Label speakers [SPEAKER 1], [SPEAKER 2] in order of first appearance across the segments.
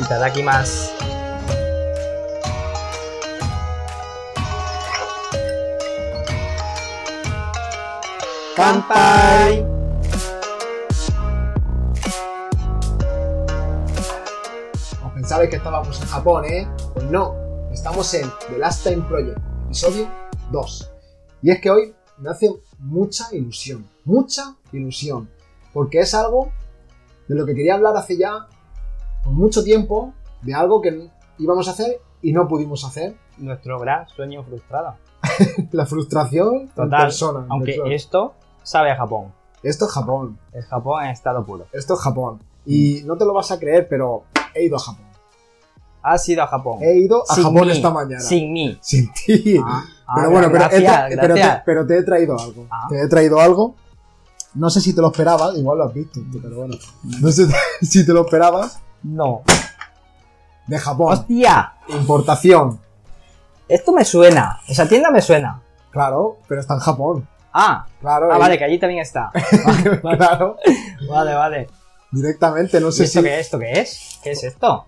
[SPEAKER 1] Itadakimasu.
[SPEAKER 2] ¡Kanpai!
[SPEAKER 3] Os pensabais que estábamos en Japón, ¿eh? Pues no, estamos en The Last Time Project, episodio 2. Y es que hoy me hace mucha ilusión, mucha ilusión, porque es algo de lo que quería hablar hace ya por mucho tiempo, de algo que íbamos a hacer y no pudimos hacer.
[SPEAKER 1] Nuestro gran sueño frustrado.
[SPEAKER 3] La frustración en
[SPEAKER 1] Total.
[SPEAKER 3] persona. en
[SPEAKER 1] Aunque
[SPEAKER 3] persona.
[SPEAKER 1] esto sabe a Japón.
[SPEAKER 3] Esto es Japón,
[SPEAKER 1] Es Japón en estado puro.
[SPEAKER 3] esto es Japón. Y no te lo vas a creer, pero he ido a Japón.
[SPEAKER 1] Has ido a Japón.
[SPEAKER 3] He ido Eh, a
[SPEAKER 1] Sin
[SPEAKER 3] Japón
[SPEAKER 1] mí,
[SPEAKER 3] esta mañana.
[SPEAKER 1] Sin mí.
[SPEAKER 3] Sin ti.
[SPEAKER 1] Ah, ah,
[SPEAKER 3] pero bueno, pero, he
[SPEAKER 1] gracias,
[SPEAKER 3] tra- pero este- te,
[SPEAKER 1] gracias.
[SPEAKER 3] pero te he traído algo.
[SPEAKER 1] Ah.
[SPEAKER 3] Te he traído algo. No sé si te lo esperabas, igual lo has visto, pero bueno. No sé si te lo esperabas.
[SPEAKER 1] No.
[SPEAKER 3] De Japón.
[SPEAKER 1] ¡Hostia!
[SPEAKER 3] Importación.
[SPEAKER 1] Esto me suena. Esa tienda me suena.
[SPEAKER 3] Claro, pero está en Japón.
[SPEAKER 1] Ah,
[SPEAKER 3] Claro,
[SPEAKER 1] ah
[SPEAKER 3] eh,
[SPEAKER 1] vale, que allí también está. Vale, vale,
[SPEAKER 3] claro.
[SPEAKER 1] vale. vale.
[SPEAKER 3] Directamente, no
[SPEAKER 1] ¿Y
[SPEAKER 3] sé
[SPEAKER 1] esto
[SPEAKER 3] si.
[SPEAKER 1] qué es? ¿Esto qué es? ¿Qué es esto?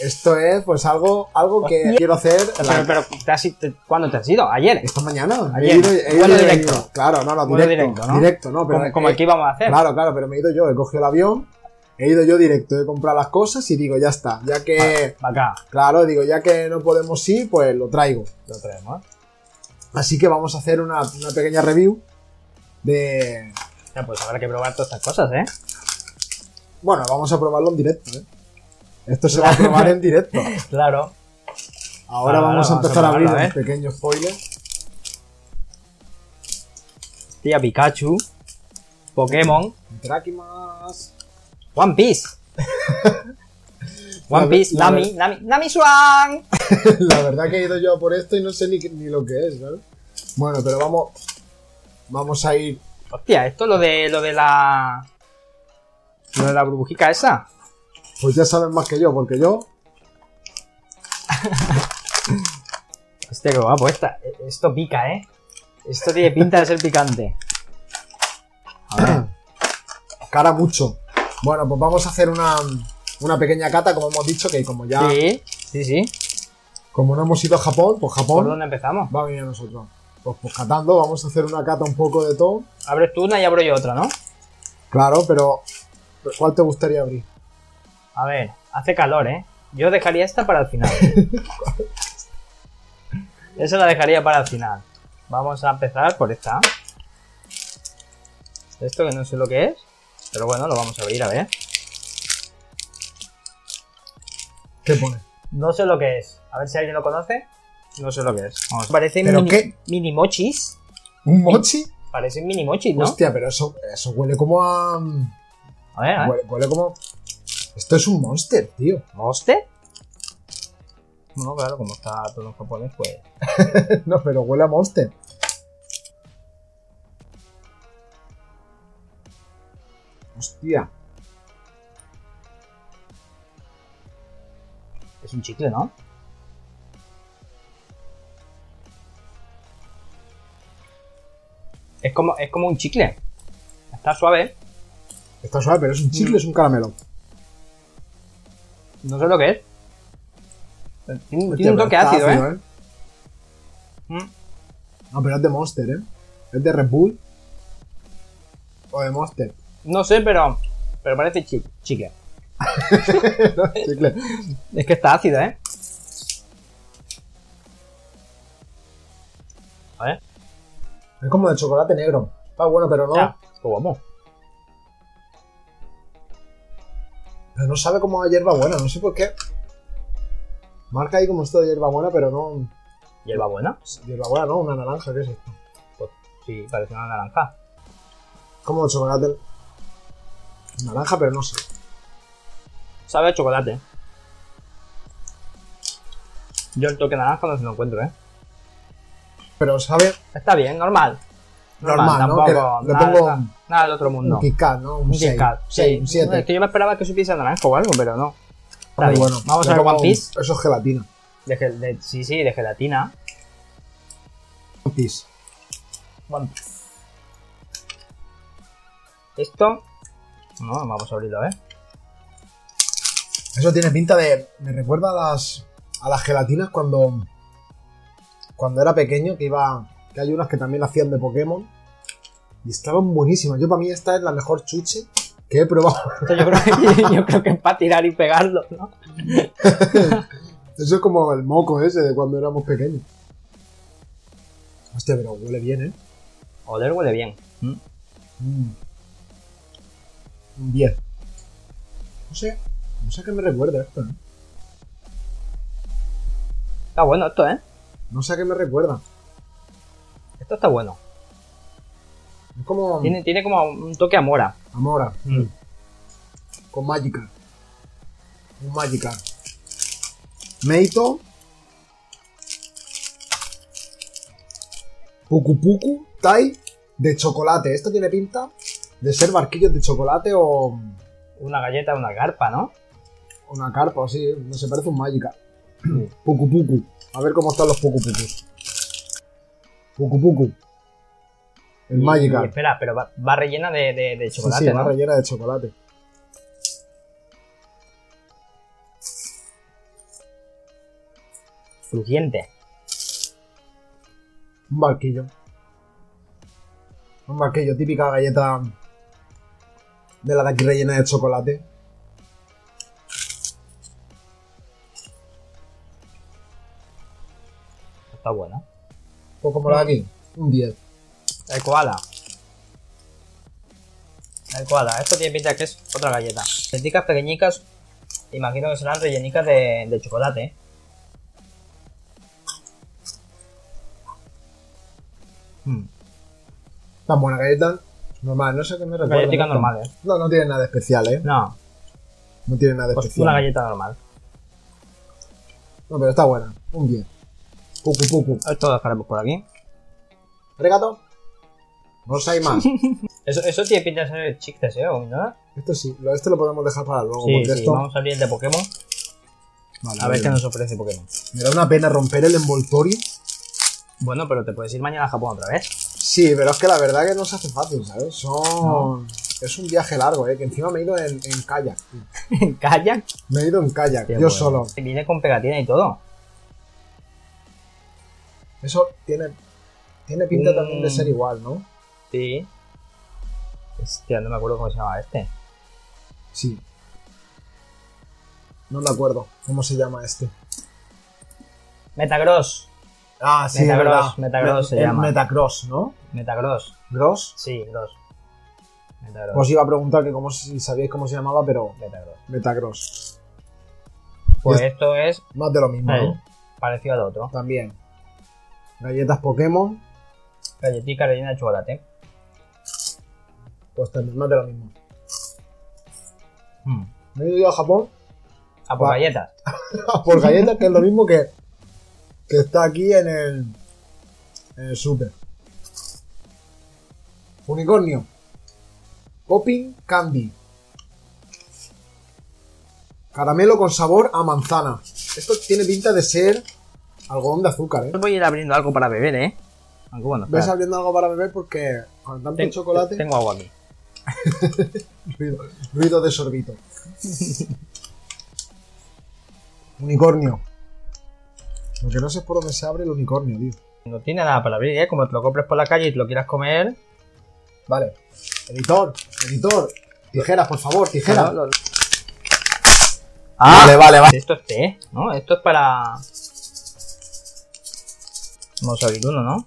[SPEAKER 3] Esto es, pues, algo, algo que
[SPEAKER 1] Hostia.
[SPEAKER 3] quiero hacer.
[SPEAKER 1] Pero, pero ¿te has i- te- ¿cuándo te has ido? Ayer.
[SPEAKER 3] Esta mañana.
[SPEAKER 1] Ayer.
[SPEAKER 3] He ido- he
[SPEAKER 1] Vuelo
[SPEAKER 3] ido y
[SPEAKER 1] directo.
[SPEAKER 3] venido. Claro, no, no,
[SPEAKER 1] Vuelo
[SPEAKER 3] directo.
[SPEAKER 1] directo, ¿no?
[SPEAKER 3] no, pero. eh,
[SPEAKER 1] Como, como el que íbamos a hacer.
[SPEAKER 3] Claro, claro, pero me he ido yo, he cogido el avión, he ido yo directo, he comprado las cosas y digo, ya está, ya que,
[SPEAKER 1] Va Acá.
[SPEAKER 3] claro, digo, ya que no podemos ir, pues lo traigo.
[SPEAKER 1] Lo traemos.
[SPEAKER 3] Así que vamos a hacer una, una pequeña review de...
[SPEAKER 1] Ya, pues habrá que probar todas estas cosas, ¿eh?
[SPEAKER 3] Bueno, vamos a probarlo en directo, ¿eh? Esto se va a probar en directo.
[SPEAKER 1] Claro.
[SPEAKER 3] Ahora
[SPEAKER 1] Ah,
[SPEAKER 3] vamos
[SPEAKER 1] vamos
[SPEAKER 3] a
[SPEAKER 1] a
[SPEAKER 3] empezar a, abrir
[SPEAKER 1] probarlo,
[SPEAKER 3] un
[SPEAKER 1] ¿eh?
[SPEAKER 3] pequeño spoiler.
[SPEAKER 1] Tía Pikachu. Pokémon.
[SPEAKER 3] Drakimas.
[SPEAKER 1] One Piece. One
[SPEAKER 3] La-
[SPEAKER 1] Piece.
[SPEAKER 3] la-
[SPEAKER 1] Nami. Nami. Nami Swan.
[SPEAKER 3] La verdad que he ido yo a por esto y no sé ni, qué- ni lo que es, ¿sabes? Bueno, pero vamos... Vamos a ir...
[SPEAKER 1] Hostia, esto es lo de, lo de la... Lo de la burbujica esa.
[SPEAKER 3] Pues ya saben más que yo, porque yo...
[SPEAKER 1] Hostia, qué guapo. Esta, esto pica, ¿eh? Esto tiene pinta de ser picante. A ver.
[SPEAKER 3] cara mucho. Bueno, pues vamos a hacer una, una pequeña cata, como hemos dicho, que como ya,
[SPEAKER 1] Sí, sí, sí.
[SPEAKER 3] como no hemos ido a Japón,
[SPEAKER 1] ¿Por
[SPEAKER 3] pues Japón
[SPEAKER 1] dónde empezamos?
[SPEAKER 3] va a venir a nosotros. Pues, pues catando, vamos a hacer una cata un poco de todo.
[SPEAKER 1] Abres tú una y abro yo otra, ¿no?
[SPEAKER 3] Claro, pero pero ¿cuál te gustaría abrir?
[SPEAKER 1] A ver, hace calor, ¿eh? Yo dejaría esta para el final. Esa la dejaría para el final. Vamos a empezar por esta. Esto que no sé lo que es, pero bueno, lo vamos a abrir a ver.
[SPEAKER 3] ¿Qué pone?
[SPEAKER 1] No sé lo que es. A ver si alguien lo conoce. No sé lo que es. Vamos. Parecen
[SPEAKER 3] ¿Pero
[SPEAKER 1] mini,
[SPEAKER 3] qué?
[SPEAKER 1] mini mochis.
[SPEAKER 3] ¿Un mochi?
[SPEAKER 1] Parecen mini mochis, ¿no?
[SPEAKER 3] Hostia, pero eso, eso huele como a...
[SPEAKER 1] A ver, a ver.
[SPEAKER 3] Huele, huele como... Esto es un monster, tío.
[SPEAKER 1] ¿Moste? No, claro, como está todo en japonés, pues.
[SPEAKER 3] No, pero huele a monster. Hostia.
[SPEAKER 1] Es un chicle, ¿no? Es como, es como un chicle. Está suave.
[SPEAKER 3] Está suave, pero es un chicle, es un
[SPEAKER 1] Mm.
[SPEAKER 3] caramelo.
[SPEAKER 1] No sé lo que es. Tiene,
[SPEAKER 3] Hostia,
[SPEAKER 1] tiene un
[SPEAKER 3] pero
[SPEAKER 1] toque
[SPEAKER 3] está
[SPEAKER 1] ácido, ¿eh?
[SPEAKER 3] Este ¿eh?
[SPEAKER 1] Mm.
[SPEAKER 3] No, pero es de Monster, ¿eh? ¿Es de Red Bull? ¿O de Monster?
[SPEAKER 1] No sé, pero. Pero parece chi- chicle.
[SPEAKER 3] Chicle.
[SPEAKER 1] Es que está ácido, ¿eh? A ver.
[SPEAKER 3] Es como de chocolate negro. Está bueno, pero no,
[SPEAKER 1] Ya. Qué guapo.
[SPEAKER 3] pero no sabe como a hierba buena, no sé por qué. Marca ahí como esto de hierba buena, pero no.
[SPEAKER 1] ¿Hierba buena?
[SPEAKER 3] Hierba buena, no, una naranja, ¿qué es esto?
[SPEAKER 1] Sí, parece una naranja.
[SPEAKER 3] Como de chocolate. Naranja, pero no sé.
[SPEAKER 1] Sabe a chocolate. Yo el toque naranja no se lo encuentro, ¿eh?
[SPEAKER 3] Pero sabe
[SPEAKER 1] Está bien, normal.
[SPEAKER 3] normal, ¿no?
[SPEAKER 1] tampoco.
[SPEAKER 3] Que le
[SPEAKER 1] nada,
[SPEAKER 3] pongo
[SPEAKER 1] nada-
[SPEAKER 3] un,
[SPEAKER 1] nada del otro mundo.
[SPEAKER 3] un Kit Kat, ¿no? Un
[SPEAKER 1] Un Kit
[SPEAKER 3] 6.
[SPEAKER 1] Kat, sí.
[SPEAKER 3] un 7.
[SPEAKER 1] Es que yo me esperaba que supiese a naranja o algo, pero no. Está bien.
[SPEAKER 3] bueno,
[SPEAKER 1] Vamos
[SPEAKER 3] le
[SPEAKER 1] a ver
[SPEAKER 3] pongo
[SPEAKER 1] One
[SPEAKER 3] un-
[SPEAKER 1] Piece.
[SPEAKER 3] Eso es gelatina.
[SPEAKER 1] De gel- de- sí, sí, de gelatina.
[SPEAKER 3] One Piece.
[SPEAKER 1] One Piece. Esto. No, vamos a abrirlo, ¿eh?
[SPEAKER 3] Eso tiene pinta de. Me recuerda a las, a las gelatinas cuando. Cuando era pequeño, que iba. Que hay unas que también hacían de Pokémon. Y estaban buenísimas. Yo, para mí, esta es la mejor chuche que he probado.
[SPEAKER 1] Esto yo, creo que, yo creo que es para tirar y pegarlo, ¿no?
[SPEAKER 3] Eso es como el moco ese de cuando éramos pequeños. Hostia, pero huele bien, ¿eh?
[SPEAKER 1] Joder, huele bien. Mm.
[SPEAKER 3] Mm. Un 10. No sé, no sé a qué me recuerda esto, ¿eh?
[SPEAKER 1] Está bueno esto, ¿eh?
[SPEAKER 3] No sé a qué me recuerda.
[SPEAKER 1] Esto está bueno.
[SPEAKER 3] Es como
[SPEAKER 1] Tiene, tiene como un toque a mora.
[SPEAKER 3] Amora.
[SPEAKER 1] Mm.
[SPEAKER 3] Con Magikarp. Un Magikarp. Meito. Puku Puku. Tai. De chocolate. Esto tiene pinta de ser barquillos de chocolate o
[SPEAKER 1] Una galleta, una garpa, ¿no?
[SPEAKER 3] una carpa o así. No se parece a un Magikarp.
[SPEAKER 1] Mm.
[SPEAKER 3] Puku Puku. A ver cómo están los Puku Puku. Puku Puku. El
[SPEAKER 1] Y- y
[SPEAKER 3] Magikarp.
[SPEAKER 1] espera, pero va, va rellena de, de- de chocolate,
[SPEAKER 3] sí, sí,
[SPEAKER 1] ¿no?
[SPEAKER 3] va rellena de chocolate.
[SPEAKER 1] Crujiente.
[SPEAKER 3] Un barquillo. Un barquillo, típica galleta de la de aquí rellena de chocolate.
[SPEAKER 1] Está bueno.
[SPEAKER 3] Pues como la de aquí, un 10.
[SPEAKER 1] El koala. El koala. Esto tiene pinta que es otra galleta. Galletitas pequeñicas. Imagino que serán rellenicas de, de chocolate. ¿eh? Mm,
[SPEAKER 3] Tan buena galleta, normal, no sé a qué me recuerda.
[SPEAKER 1] Galletica
[SPEAKER 3] ¿no?
[SPEAKER 1] normal, ¿eh?
[SPEAKER 3] No, no tiene nada especial, ¿eh?
[SPEAKER 1] No,
[SPEAKER 3] No tiene nada
[SPEAKER 1] pues
[SPEAKER 3] especial.
[SPEAKER 1] una galleta normal.
[SPEAKER 3] No, pero está buena, un 10. Pucu pucu.
[SPEAKER 1] Esto lo dejaremos por aquí.
[SPEAKER 3] Regato. No hay más.
[SPEAKER 1] Eso, eso tiene pinta de ser chistes, ¿eh? Hoy, ¿no?
[SPEAKER 3] Esto sí, lo- esto lo podemos dejar para luego.
[SPEAKER 1] Sí,
[SPEAKER 3] porque
[SPEAKER 1] sí.
[SPEAKER 3] esto.
[SPEAKER 1] Vamos a abrir el de Pokémon.
[SPEAKER 3] Vale,
[SPEAKER 1] A ver
[SPEAKER 3] vale.
[SPEAKER 1] qué nos ofrece Pokémon.
[SPEAKER 3] Me da una pena romper el envoltorio.
[SPEAKER 1] Bueno, pero te puedes ir mañana a Japón otra vez.
[SPEAKER 3] Sí, pero es que la verdad que no se hace fácil, ¿sabes? Son...
[SPEAKER 1] Oh.
[SPEAKER 3] Es un viaje largo, ¿eh? Que encima me he ido en, en kayak. tío.
[SPEAKER 1] En kayak.
[SPEAKER 3] Me he ido en kayak,
[SPEAKER 1] Mm. Qué
[SPEAKER 3] yo
[SPEAKER 1] bueno.
[SPEAKER 3] solo.
[SPEAKER 1] Viene con pegatina y todo.
[SPEAKER 3] Eso tiene, tiene pinta
[SPEAKER 1] Mm.
[SPEAKER 3] también de ser igual, ¿no?
[SPEAKER 1] Sí. Hostia, este, no me acuerdo cómo se llamaba este.
[SPEAKER 3] Sí. No me acuerdo cómo se llama este.
[SPEAKER 1] Metagross.
[SPEAKER 3] Ah, sí,
[SPEAKER 1] Metagross,
[SPEAKER 3] es verdad.
[SPEAKER 1] Metagross se
[SPEAKER 3] el
[SPEAKER 1] llama.
[SPEAKER 3] Metacross, ¿no?
[SPEAKER 1] Metagross.
[SPEAKER 3] Gross.
[SPEAKER 1] Sí, Gross. Metagross.
[SPEAKER 3] Os iba a preguntar que cómo, si sabíais cómo se llamaba, pero
[SPEAKER 1] Metagross.
[SPEAKER 3] Metagross.
[SPEAKER 1] Pues
[SPEAKER 3] Y
[SPEAKER 1] esto es
[SPEAKER 3] Más de lo mismo,
[SPEAKER 1] eh,
[SPEAKER 3] ¿no?
[SPEAKER 1] parecido al otro.
[SPEAKER 3] También. Galletas Pokémon,
[SPEAKER 1] Galletica rellena de chocolate.
[SPEAKER 3] pues también más de lo mismo.
[SPEAKER 1] Mm.
[SPEAKER 3] Me he ido yo a Japón
[SPEAKER 1] A por Ah, pues
[SPEAKER 3] Va.
[SPEAKER 1] galletas.
[SPEAKER 3] por galletas, que es lo mismo que, que está aquí en el, en el super. Unicornio. Popping Candy. Caramelo con sabor a manzana. Esto tiene pinta de ser algodón de azúcar, ¿eh?
[SPEAKER 1] Yo voy a ir abriendo algo para beber, ¿eh? Aunque bueno,
[SPEAKER 3] ¿Ves
[SPEAKER 1] espera.
[SPEAKER 3] abriendo algo para beber? Porque con tanto
[SPEAKER 1] Ten-
[SPEAKER 3] chocolate,
[SPEAKER 1] Tengo agua aquí.
[SPEAKER 3] ruido, ruido de sorbito. unicornio. Lo que no sé es por dónde se abre el unicornio, tío.
[SPEAKER 1] No tiene nada para abrir, ¿eh? Como te lo compres por la calle y te lo quieras comer.
[SPEAKER 3] Vale. Editor, editor. Tijeras, por favor, tijeras.
[SPEAKER 1] lo- lo- Ah,
[SPEAKER 3] Vale, vale, vale.
[SPEAKER 1] Esto es té, ¿no? Esto es para. Vamos a abrir uno, ¿no?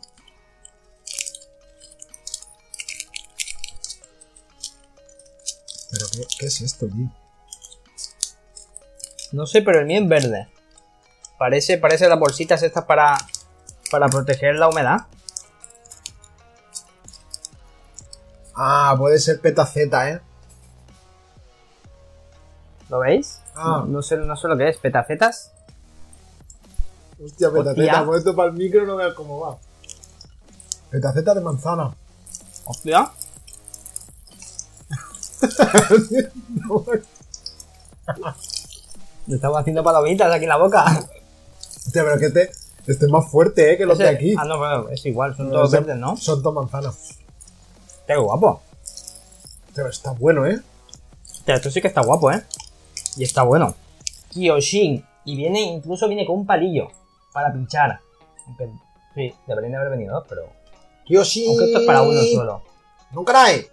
[SPEAKER 3] Pero qué, qué es esto, tío.
[SPEAKER 1] No sé, pero el mío es verde. Parece, parece las bolsitas estas para, para proteger la humedad.
[SPEAKER 3] Ah, puede ser petaceta, eh.
[SPEAKER 1] ¿Lo veis?
[SPEAKER 3] Ah.
[SPEAKER 1] No, no sé, no sé lo que es. ¿Petacetas?
[SPEAKER 3] Hostia, petaceta,
[SPEAKER 1] Hostia.
[SPEAKER 3] pon esto para el micro no veas cómo va. Petaceta de manzana.
[SPEAKER 1] Hostia.
[SPEAKER 3] Hostia,
[SPEAKER 1] Le estamos haciendo palomitas aquí en la boca.
[SPEAKER 3] pero que te. Este es más fuerte, eh, que los de
[SPEAKER 1] Ese-
[SPEAKER 3] aquí.
[SPEAKER 1] Ah, no, pero es igual, son todos
[SPEAKER 3] Son-
[SPEAKER 1] verdes, ¿no?
[SPEAKER 3] Son dos manzanas.
[SPEAKER 1] Qué guapo.
[SPEAKER 3] Pero está bueno, eh.
[SPEAKER 1] Hostia, esto sí que está guapo, ¿eh? Y está bueno. Kyoshin. Y viene, incluso viene con un palillo para pinchar. Aunque, Sí, deberían de haber venido dos, pero.
[SPEAKER 3] Kyoshi.
[SPEAKER 1] Aunque esto es para uno solo.
[SPEAKER 3] ¡Nunca caray!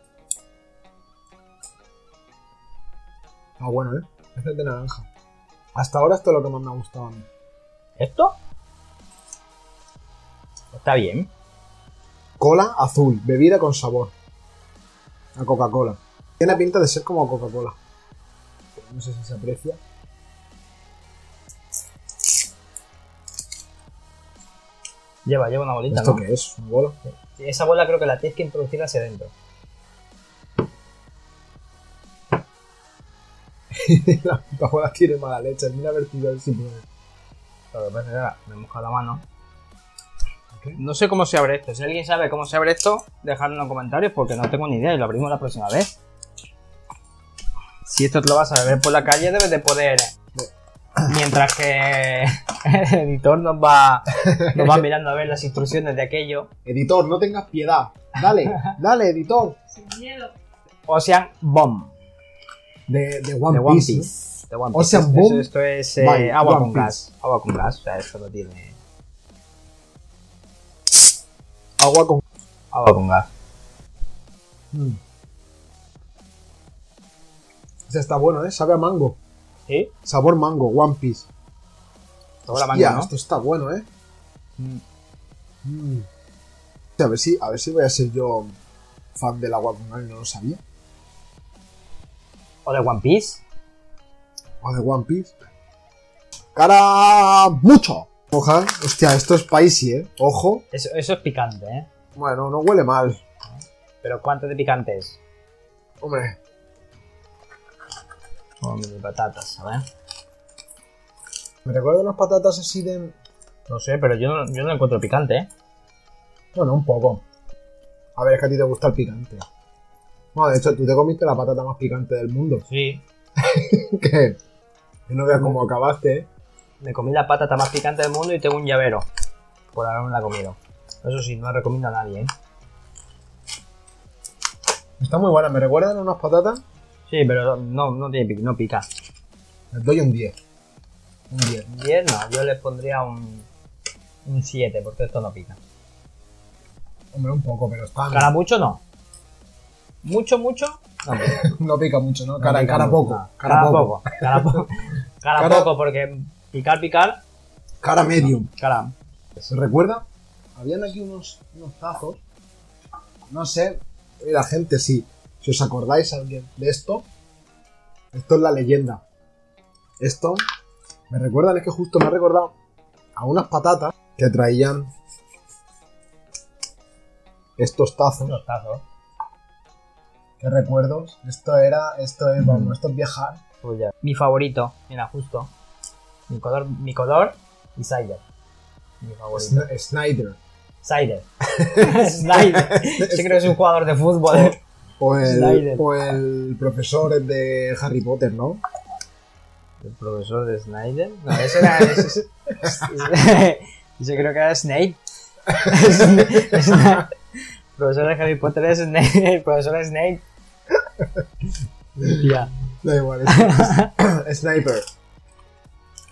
[SPEAKER 3] Ah, bueno, ¿eh? Es el de naranja. Hasta ahora esto es lo que más me ha gustado a mí.
[SPEAKER 1] ¿Esto? Está bien.
[SPEAKER 3] Cola azul, bebida con sabor. A Coca-Cola. Tiene pinta de ser como Coca-Cola. No sé si se aprecia.
[SPEAKER 1] Lleva, lleva una bolita,
[SPEAKER 3] ¿Esto
[SPEAKER 1] ¿no?
[SPEAKER 3] qué es? ¿Una bola?
[SPEAKER 1] Sí, Esa bola creo que la tienes que introducir hacia adentro.
[SPEAKER 3] la puta bola tiene mala leche. Mira vertido si puede.
[SPEAKER 1] Lo que pasa es que ahora me he mojado la mano.
[SPEAKER 3] Ok.
[SPEAKER 1] No sé cómo se abre esto. Si alguien sabe cómo se abre esto, dejadlo en los comentarios porque no tengo ni idea y lo abrimos la próxima vez. Si esto te lo vas a beber por la calle, debes de poder. Mientras que el editor nos va, nos va mirando a ver las instrucciones de aquello.
[SPEAKER 3] Editor, no tengas piedad. Dale, dale, editor.
[SPEAKER 2] Sin miedo.
[SPEAKER 1] Ocean Bomb.
[SPEAKER 3] De, de One,
[SPEAKER 1] de One
[SPEAKER 3] Piece. ¿no?
[SPEAKER 1] Piece. De One Piece.
[SPEAKER 3] Ocean
[SPEAKER 1] Esto-
[SPEAKER 3] Boom
[SPEAKER 1] Esto es eh,
[SPEAKER 3] by
[SPEAKER 1] agua
[SPEAKER 3] One
[SPEAKER 1] con
[SPEAKER 3] Piece.
[SPEAKER 1] gas. Agua con gas. O sea, esto no tiene.
[SPEAKER 3] Agua con.
[SPEAKER 1] Agua con gas.
[SPEAKER 3] Mm. Ese está bueno, ¿eh? Sabe a mango.
[SPEAKER 1] ¿Sí?
[SPEAKER 3] Sabor mango, One Piece.
[SPEAKER 1] Sabor a
[SPEAKER 3] Hostia,
[SPEAKER 1] mango, ¿no?
[SPEAKER 3] Esto está bueno, ¿eh? Mm. A ver si, a ver si voy a ser yo fan del agua con gas, no lo sabía.
[SPEAKER 1] O de One Piece.
[SPEAKER 3] O de One Piece. Cara mucho. Ojalá. Hostia, esto es spicy, eh. Ojo.
[SPEAKER 1] Eso, eso es picante, ¿eh?
[SPEAKER 3] Bueno, no huele mal.
[SPEAKER 1] Pero ¿cuánto de picante es?
[SPEAKER 3] Hombre. Oh,
[SPEAKER 1] Como mini patatas, a ver.
[SPEAKER 3] Me recuerda unas patatas así de.
[SPEAKER 1] No sé, pero yo no, yo no encuentro picante, ¿eh?
[SPEAKER 3] Bueno, un poco. A ver, es que a ti te gusta el picante. Bueno, de hecho, tú te comiste la patata más picante del mundo.
[SPEAKER 1] Sí.
[SPEAKER 3] Que yo no veas cómo acabaste, ¿eh?
[SPEAKER 1] Me comí la patata más picante del mundo y tengo un llavero. Por haberme la comido. Eso sí, no la recomiendo a nadie, ¿eh?
[SPEAKER 3] Está muy buena. Me recuerdan unas patatas.
[SPEAKER 1] Sí, pero no, no tiene pic- no pica.
[SPEAKER 3] Les doy un 10. Un 10.
[SPEAKER 1] 10 no, yo le pondría un, un 7, porque esto no pica.
[SPEAKER 3] Hombre, un poco, pero está.
[SPEAKER 1] Cara mucho no. Mucho, mucho. No, pica.
[SPEAKER 3] No pica mucho, ¿no?
[SPEAKER 1] No
[SPEAKER 3] Cara,
[SPEAKER 1] pica
[SPEAKER 3] cara
[SPEAKER 1] mucho,
[SPEAKER 3] poco.
[SPEAKER 1] no.
[SPEAKER 3] Cara, poco.
[SPEAKER 1] Cara poco. Cara
[SPEAKER 3] Cara-
[SPEAKER 1] poco, porque picar, picar.
[SPEAKER 3] Cara medium.
[SPEAKER 1] Cara.
[SPEAKER 3] ¿Se recuerda? Habían aquí unos, unos tazos. No sé, eh, la gente, si, si os acordáis alguien de esto, esto es la leyenda. Esto me recuerdan, es que justo me ha recordado a unas patatas que traían estos tazos.
[SPEAKER 1] Unos tazos.
[SPEAKER 3] ¿Qué recuerdos? Esto era, esto es, vamos, esto es viajar.
[SPEAKER 1] Pues ya. Mi favorito, mira, justo. Mi color, mi color y Cider. Mi favorito.
[SPEAKER 3] Sn- Snyder.
[SPEAKER 1] Cider. Snyder. Yo creo que es un jugador de fútbol.
[SPEAKER 3] O Pues el,
[SPEAKER 1] Snyder.
[SPEAKER 3] o el profesor de Harry Potter, ¿no?
[SPEAKER 1] ¿El profesor de Snyder? No, ese era. ese- ese- yo creo que era Snape. Sna- Sna- profesor de Harry Potter es Snape. El profesor de Snape. Hostia,
[SPEAKER 3] Da igual, es- es- Sniper.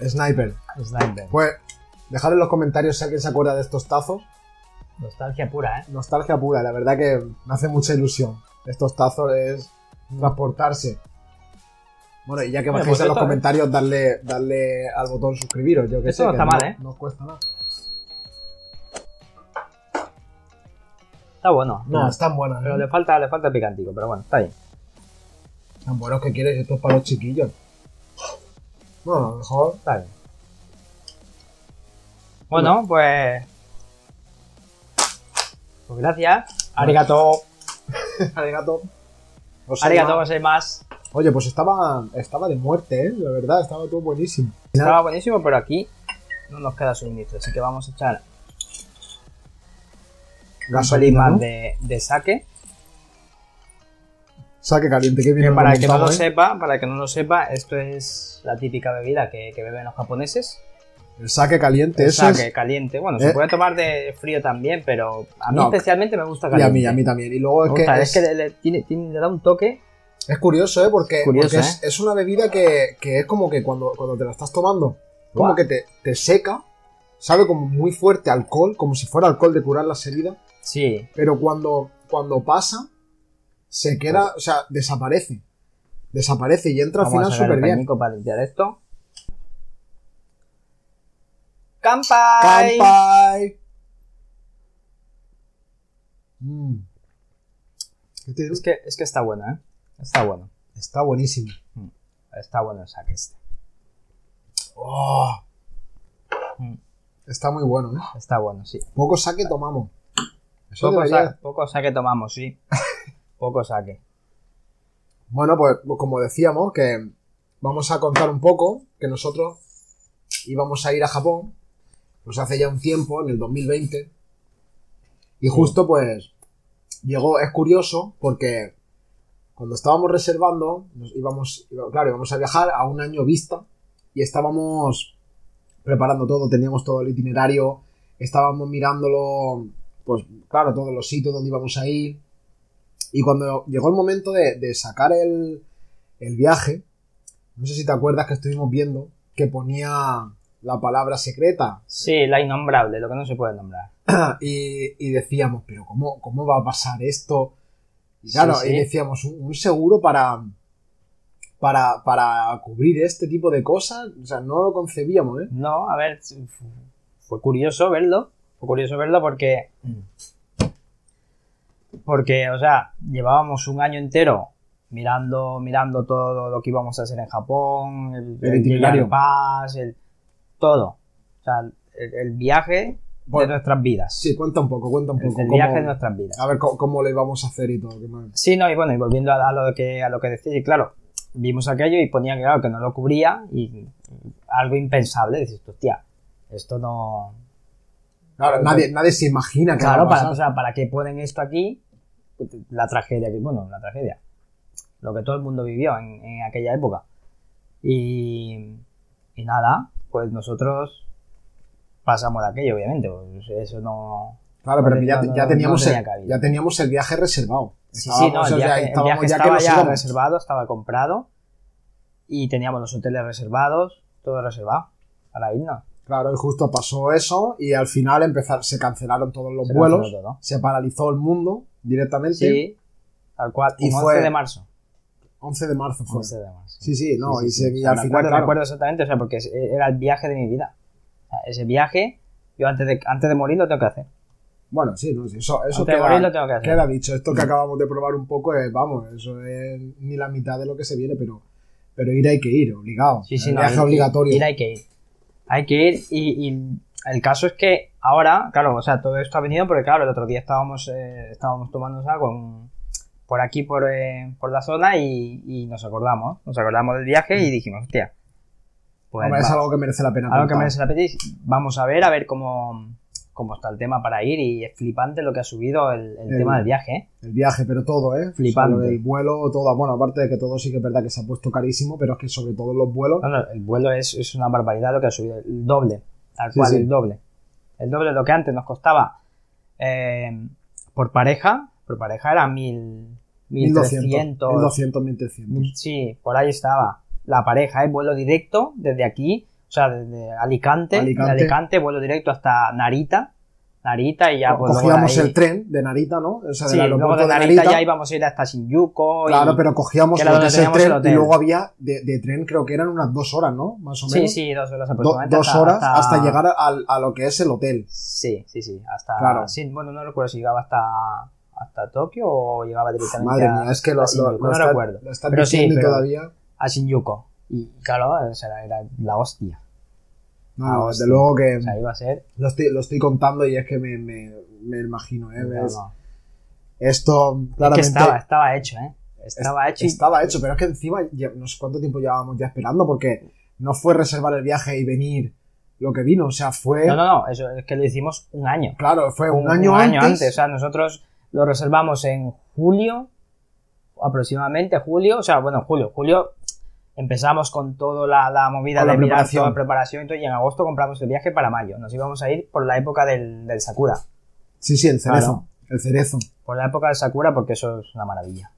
[SPEAKER 3] Sniper.
[SPEAKER 1] Snyder.
[SPEAKER 3] Pues, dejad en los comentarios si alguien se acuerda de estos tazos.
[SPEAKER 1] Nostalgia pura, ¿eh?
[SPEAKER 3] Nostalgia pura, la verdad que me hace mucha ilusión. Estos tazos es transportarse. Bueno, y ya que
[SPEAKER 1] Oye,
[SPEAKER 3] bajéis
[SPEAKER 1] pues
[SPEAKER 3] en los
[SPEAKER 1] esto-
[SPEAKER 3] comentarios, darle, darle al botón suscribiros. Yo que
[SPEAKER 1] Esto
[SPEAKER 3] sé,
[SPEAKER 1] no
[SPEAKER 3] que
[SPEAKER 1] está mal, ¿eh?
[SPEAKER 3] No os cuesta nada.
[SPEAKER 1] Está bueno.
[SPEAKER 3] No, están buenos.
[SPEAKER 1] Pero
[SPEAKER 3] ¿eh?
[SPEAKER 1] le falta, le falta el picantico, pero bueno, está bien.
[SPEAKER 3] Están buenos que quieres, estos para los chiquillos. Bueno, a lo mejor.
[SPEAKER 1] Está bien. Bueno, pues. Pues gracias. Arigato.
[SPEAKER 3] Arigato. Os
[SPEAKER 1] Pues, Arigato,
[SPEAKER 3] anima-
[SPEAKER 1] no sé más.
[SPEAKER 3] Oye, pues estaba, estaba de muerte, ¿eh? La verdad, estaba todo buenísimo.
[SPEAKER 1] Estaba buenísimo, pero aquí no nos queda suministro, así que vamos a echar un pelín
[SPEAKER 3] ¿no?
[SPEAKER 1] más de, de saque.
[SPEAKER 3] Saque caliente, que viene
[SPEAKER 1] Que
[SPEAKER 3] el
[SPEAKER 1] para el que no
[SPEAKER 3] montado,
[SPEAKER 1] lo
[SPEAKER 3] ¿eh?
[SPEAKER 1] sepa, para el que no lo sepa, esto es la típica bebida que, que beben los japoneses.
[SPEAKER 3] El saque caliente,
[SPEAKER 1] El
[SPEAKER 3] eso es-
[SPEAKER 1] saque caliente. Bueno,
[SPEAKER 3] Eh.
[SPEAKER 1] se puede tomar de frío también, pero a mí
[SPEAKER 3] No.
[SPEAKER 1] especialmente me gusta
[SPEAKER 3] Y a
[SPEAKER 1] caliente.
[SPEAKER 3] mí, a mí también. Y luego
[SPEAKER 1] Me
[SPEAKER 3] es que,
[SPEAKER 1] gusta, es
[SPEAKER 3] es-
[SPEAKER 1] que le, le- tiene- tiene- le da un toque
[SPEAKER 3] Es curioso, ¿eh? Porque,
[SPEAKER 1] Curioso,
[SPEAKER 3] porque es,
[SPEAKER 1] ¿eh?
[SPEAKER 3] es una bebida que, que es como que cuando, cuando te la estás tomando, como
[SPEAKER 1] Buah.
[SPEAKER 3] que te, te seca, sabe como muy fuerte a alcohol, como si fuera alcohol de curar las heridas,
[SPEAKER 1] Sí,
[SPEAKER 3] pero cuando, cuando pasa, se queda, o sea, desaparece. Desaparece y entra
[SPEAKER 1] vamos a
[SPEAKER 3] al final
[SPEAKER 1] sacar
[SPEAKER 3] súper
[SPEAKER 1] el
[SPEAKER 3] bien.
[SPEAKER 1] pañico para limpiar esto. ¡Campai!
[SPEAKER 3] ¡Campai! Mm. ¿Qué te digo?
[SPEAKER 1] Es que, es que está bueno, ¿eh? Está bueno.
[SPEAKER 3] Está buenísimo.
[SPEAKER 1] Está bueno el saque este.
[SPEAKER 3] Oh.
[SPEAKER 1] Mm.
[SPEAKER 3] Está muy bueno, ¿eh?
[SPEAKER 1] Está bueno, sí.
[SPEAKER 3] Poco saque tomamos. Eso
[SPEAKER 1] Poco,
[SPEAKER 3] debería-
[SPEAKER 1] sa- poco saque tomamos, sí. poco saque.
[SPEAKER 3] Bueno, pues como decíamos, que vamos a contar un poco que nosotros íbamos a ir a Japón, pues hace ya un tiempo, en el 2020, y justo pues llegó, es curioso, porque cuando estábamos reservando, nos íbamos, iba- claro, íbamos a viajar a un año vista, y estábamos preparando todo, teníamos todo el itinerario, estábamos mirándolo, pues claro, todos los sitios donde íbamos a ir, y cuando llegó el momento de, de sacar el, el viaje, no sé si te acuerdas que estuvimos viendo que ponía la palabra secreta
[SPEAKER 1] Sí, la innombrable, lo que no se puede nombrar.
[SPEAKER 3] y, y decíamos, pero cómo, ¿cómo va a pasar esto? Y claro,
[SPEAKER 1] Sí, sí.
[SPEAKER 3] y decíamos, un, un seguro para, para, para cubrir este tipo de cosas, o sea, no lo concebíamos, ¿eh?
[SPEAKER 1] No, a ver, f- fue curioso verlo. Fue curioso verlo porque. Porque, o sea, llevábamos un año entero mirando, mirando todo lo que íbamos a hacer en Japón, el,
[SPEAKER 3] El itinerario.
[SPEAKER 1] Japan Pass, el- todo. O sea, el, el viaje de
[SPEAKER 3] Bueno,
[SPEAKER 1] nuestras vidas.
[SPEAKER 3] sí, cuenta un poco, cuenta un
[SPEAKER 1] el,
[SPEAKER 3] poco.
[SPEAKER 1] el
[SPEAKER 3] cómo-
[SPEAKER 1] viaje de nuestras vidas.
[SPEAKER 3] a ver cómo, cómo lo íbamos a hacer y todo. qué más.
[SPEAKER 1] Sí, no, y bueno, y volviendo a, a lo que a lo que decía, y claro, vimos aquello y ponía claro que no lo cubría y, y algo impensable, dices, hostia, esto no,
[SPEAKER 3] Claro, nadie, nadie se imagina que
[SPEAKER 1] Claro,
[SPEAKER 3] va a
[SPEAKER 1] para, o
[SPEAKER 3] pasar.
[SPEAKER 1] sea, ¿para qué ponen esto aquí? La tragedia que, bueno, la tragedia. Lo que todo el mundo vivió en, en aquella época. Y, y nada, pues nosotros pasamos de aquello, obviamente. pues eso no.
[SPEAKER 3] Claro, pero
[SPEAKER 1] No,
[SPEAKER 3] ya,
[SPEAKER 1] no,
[SPEAKER 3] ya
[SPEAKER 1] no,
[SPEAKER 3] teníamos
[SPEAKER 1] no tenía
[SPEAKER 3] el,
[SPEAKER 1] cabida.
[SPEAKER 3] ya teníamos el viaje reservado.
[SPEAKER 1] Sí, sí, no,
[SPEAKER 3] Estábamos,
[SPEAKER 1] el
[SPEAKER 3] o sea,
[SPEAKER 1] viaje, el
[SPEAKER 3] estábamos
[SPEAKER 1] viaje
[SPEAKER 3] ya que
[SPEAKER 1] estaba
[SPEAKER 3] nos
[SPEAKER 1] ya
[SPEAKER 3] íbamos.
[SPEAKER 1] reservado, estaba comprado. Y teníamos los hoteles reservados, todo reservado para irnos.
[SPEAKER 3] Claro, y justo pasó eso y al final empezar, se cancelaron todos los
[SPEAKER 1] Se
[SPEAKER 3] vuelos,
[SPEAKER 1] canceló todo.
[SPEAKER 3] se paralizó el mundo directamente.
[SPEAKER 1] Sí, tal cual.
[SPEAKER 3] Y
[SPEAKER 1] un
[SPEAKER 3] fue-
[SPEAKER 1] 11 de marzo.
[SPEAKER 3] 11 de marzo fue.
[SPEAKER 1] 11 de marzo.
[SPEAKER 3] Sí, sí, no,
[SPEAKER 1] Sí,
[SPEAKER 3] y,
[SPEAKER 1] sí,
[SPEAKER 3] se-
[SPEAKER 1] sí.
[SPEAKER 3] y
[SPEAKER 1] O sea,
[SPEAKER 3] al
[SPEAKER 1] me
[SPEAKER 3] final,
[SPEAKER 1] acuerdo, me
[SPEAKER 3] claro,
[SPEAKER 1] acuerdo exactamente, o sea, porque es- era el viaje de mi vida. O sea, ese viaje, yo antes de, antes de morir lo tengo que hacer.
[SPEAKER 3] Bueno, sí, no, sí, eso, eso
[SPEAKER 1] antes de morir lo
[SPEAKER 3] queda,
[SPEAKER 1] tengo que hacer.
[SPEAKER 3] queda dicho. Esto que acabamos de probar un poco es, vamos, eso es ni la mitad de lo que se viene, pero, pero ir hay que ir, obligado.
[SPEAKER 1] Sí, sí,
[SPEAKER 3] El
[SPEAKER 1] no,
[SPEAKER 3] viaje
[SPEAKER 1] hay-
[SPEAKER 3] obligatorio.
[SPEAKER 1] ir hay que ir. Hay que ir y, y el caso es que ahora, claro, o sea, todo esto ha venido porque, claro, el otro día estábamos, eh, estábamos tomándonos algo en- por aquí, por, eh, por la zona y, y nos acordamos. Nos acordamos del viaje y dijimos, hostia, pues
[SPEAKER 3] Hombre,
[SPEAKER 1] va-
[SPEAKER 3] es algo que merece la pena.
[SPEAKER 1] Algo que
[SPEAKER 3] contar.
[SPEAKER 1] merece la pena. y Vamos a ver, a ver cómo, cómo está el tema para ir. Y es flipante lo que ha subido el, el
[SPEAKER 3] El-
[SPEAKER 1] tema del viaje. ¿eh?
[SPEAKER 3] El viaje, pero todo, ¿eh?
[SPEAKER 1] Flipante.
[SPEAKER 3] O sea, lo del vuelo, todo. Bueno, aparte de que todo sí que es verdad que se ha puesto carísimo, pero es que sobre todo los vuelos.
[SPEAKER 1] No, no, el vuelo es, es una barbaridad lo que ha subido. El doble, tal
[SPEAKER 3] Sí,
[SPEAKER 1] cual,
[SPEAKER 3] sí.
[SPEAKER 1] el doble. El doble de lo que antes nos costaba eh, por pareja. Por pareja era mil,
[SPEAKER 3] 1200,
[SPEAKER 1] 1200.
[SPEAKER 3] 1200, 1300.
[SPEAKER 1] Sí, por ahí estaba. La pareja, el vuelo directo desde aquí, o sea, desde Alicante,
[SPEAKER 3] Alicante.
[SPEAKER 1] de Alicante, vuelo directo hasta Narita. Narita y ya pues, luego de
[SPEAKER 3] cogíamos
[SPEAKER 1] ahí-
[SPEAKER 3] el tren de Narita, ¿no? O sea,
[SPEAKER 1] Sí,
[SPEAKER 3] del
[SPEAKER 1] luego
[SPEAKER 3] aeropuerto
[SPEAKER 1] de
[SPEAKER 3] de
[SPEAKER 1] Narita,
[SPEAKER 3] Narita.
[SPEAKER 1] ya íbamos a ir hasta Shinjuku. y-
[SPEAKER 3] Claro, pero cogíamos
[SPEAKER 1] que era
[SPEAKER 3] lo que
[SPEAKER 1] donde
[SPEAKER 3] es
[SPEAKER 1] teníamos el
[SPEAKER 3] el tren
[SPEAKER 1] hotel.
[SPEAKER 3] y luego había de, de tren, creo que eran unas dos horas, ¿no? Más
[SPEAKER 1] Sí,
[SPEAKER 3] o
[SPEAKER 1] pues
[SPEAKER 3] menos.
[SPEAKER 1] sí, dos horas
[SPEAKER 3] Do-
[SPEAKER 1] aproximadamente.
[SPEAKER 3] dos horas hasta, llegar al- a, lo que es el hotel.
[SPEAKER 1] Sí, sí, sí. Hasta...
[SPEAKER 3] Claro.
[SPEAKER 1] sí, bueno, no recuerdo si llegaba hasta, hasta Tokio o llegaba directamente
[SPEAKER 3] Madre
[SPEAKER 1] a,
[SPEAKER 3] mía, es que lo,
[SPEAKER 1] a
[SPEAKER 3] lo-
[SPEAKER 1] Shinjuku.
[SPEAKER 3] lo
[SPEAKER 1] no
[SPEAKER 3] está-
[SPEAKER 1] recuerdo.
[SPEAKER 3] lo están
[SPEAKER 1] Pero sí,
[SPEAKER 3] diciendo y
[SPEAKER 1] pero-
[SPEAKER 3] todavía.
[SPEAKER 1] A Shinjuku. Y claro, o sea, era, la hostia.
[SPEAKER 3] No,
[SPEAKER 1] Ah,
[SPEAKER 3] no, desde
[SPEAKER 1] hostia.
[SPEAKER 3] luego que
[SPEAKER 1] O sea, iba a ser...
[SPEAKER 3] lo, estoy, lo estoy contando y es que me, me, me imagino, ¿eh?
[SPEAKER 1] no,
[SPEAKER 3] Es-
[SPEAKER 1] no.
[SPEAKER 3] Esto
[SPEAKER 1] Es
[SPEAKER 3] claramente
[SPEAKER 1] que estaba, estaba hecho, ¿eh? Estaba hecho y...
[SPEAKER 3] Estaba hecho, pero es que encima ya- no sé cuánto tiempo llevábamos ya esperando porque no fue reservar el viaje y venir lo que vino, o sea, fue...
[SPEAKER 1] No, no, no, eso es que lo hicimos un año.
[SPEAKER 3] Claro, fue un, año, antes.
[SPEAKER 1] O sea, nosotros lo reservamos en julio, aproximadamente julio. O sea, bueno, julio. Julio empezamos con toda la, la movida
[SPEAKER 3] Con
[SPEAKER 1] de
[SPEAKER 3] la
[SPEAKER 1] mirar
[SPEAKER 3] preparación.
[SPEAKER 1] toda la preparación. Entonces, y en agosto compramos el viaje para mayo. Nos íbamos a ir por la época del, del Sakura.
[SPEAKER 3] Sí, sí, el cerezo.
[SPEAKER 1] Claro.
[SPEAKER 3] El cerezo.
[SPEAKER 1] Por la época del Sakura, porque eso es una maravilla.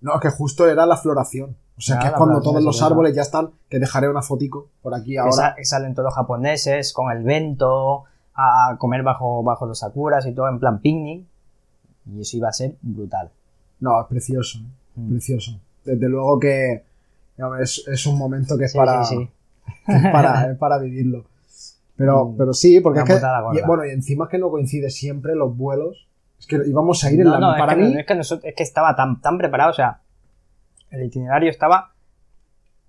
[SPEAKER 3] No, que justo era la floración. O sea,
[SPEAKER 1] Ah,
[SPEAKER 3] que es
[SPEAKER 1] la
[SPEAKER 3] cuando
[SPEAKER 1] floración,
[SPEAKER 3] todos
[SPEAKER 1] es
[SPEAKER 3] los
[SPEAKER 1] verdad.
[SPEAKER 3] árboles ya están, que dejaré una fotico por aquí
[SPEAKER 1] Que
[SPEAKER 3] ahora.
[SPEAKER 1] sa- que salen todos los japoneses con el vento a a comer bajo, bajo los sakuras y todo en plan picnic. Y eso iba a ser brutal.
[SPEAKER 3] No, es precioso, ¿eh?
[SPEAKER 1] Mm.
[SPEAKER 3] precioso. Desde luego que hombre, es, es un momento que es
[SPEAKER 1] Sí,
[SPEAKER 3] para,
[SPEAKER 1] sí, sí.
[SPEAKER 3] es para, es para vivirlo. Pero,
[SPEAKER 1] Mm.
[SPEAKER 3] pero sí, porque
[SPEAKER 1] Una
[SPEAKER 3] es que,
[SPEAKER 1] putada gorda.
[SPEAKER 3] y- bueno, y encima es que no coincide siempre los vuelos. Es que íbamos a ir en
[SPEAKER 1] No,
[SPEAKER 3] la,
[SPEAKER 1] no, es
[SPEAKER 3] para
[SPEAKER 1] que,
[SPEAKER 3] mí,
[SPEAKER 1] no, es que nosotros- es que estaba tan, tan preparado, o sea, el itinerario estaba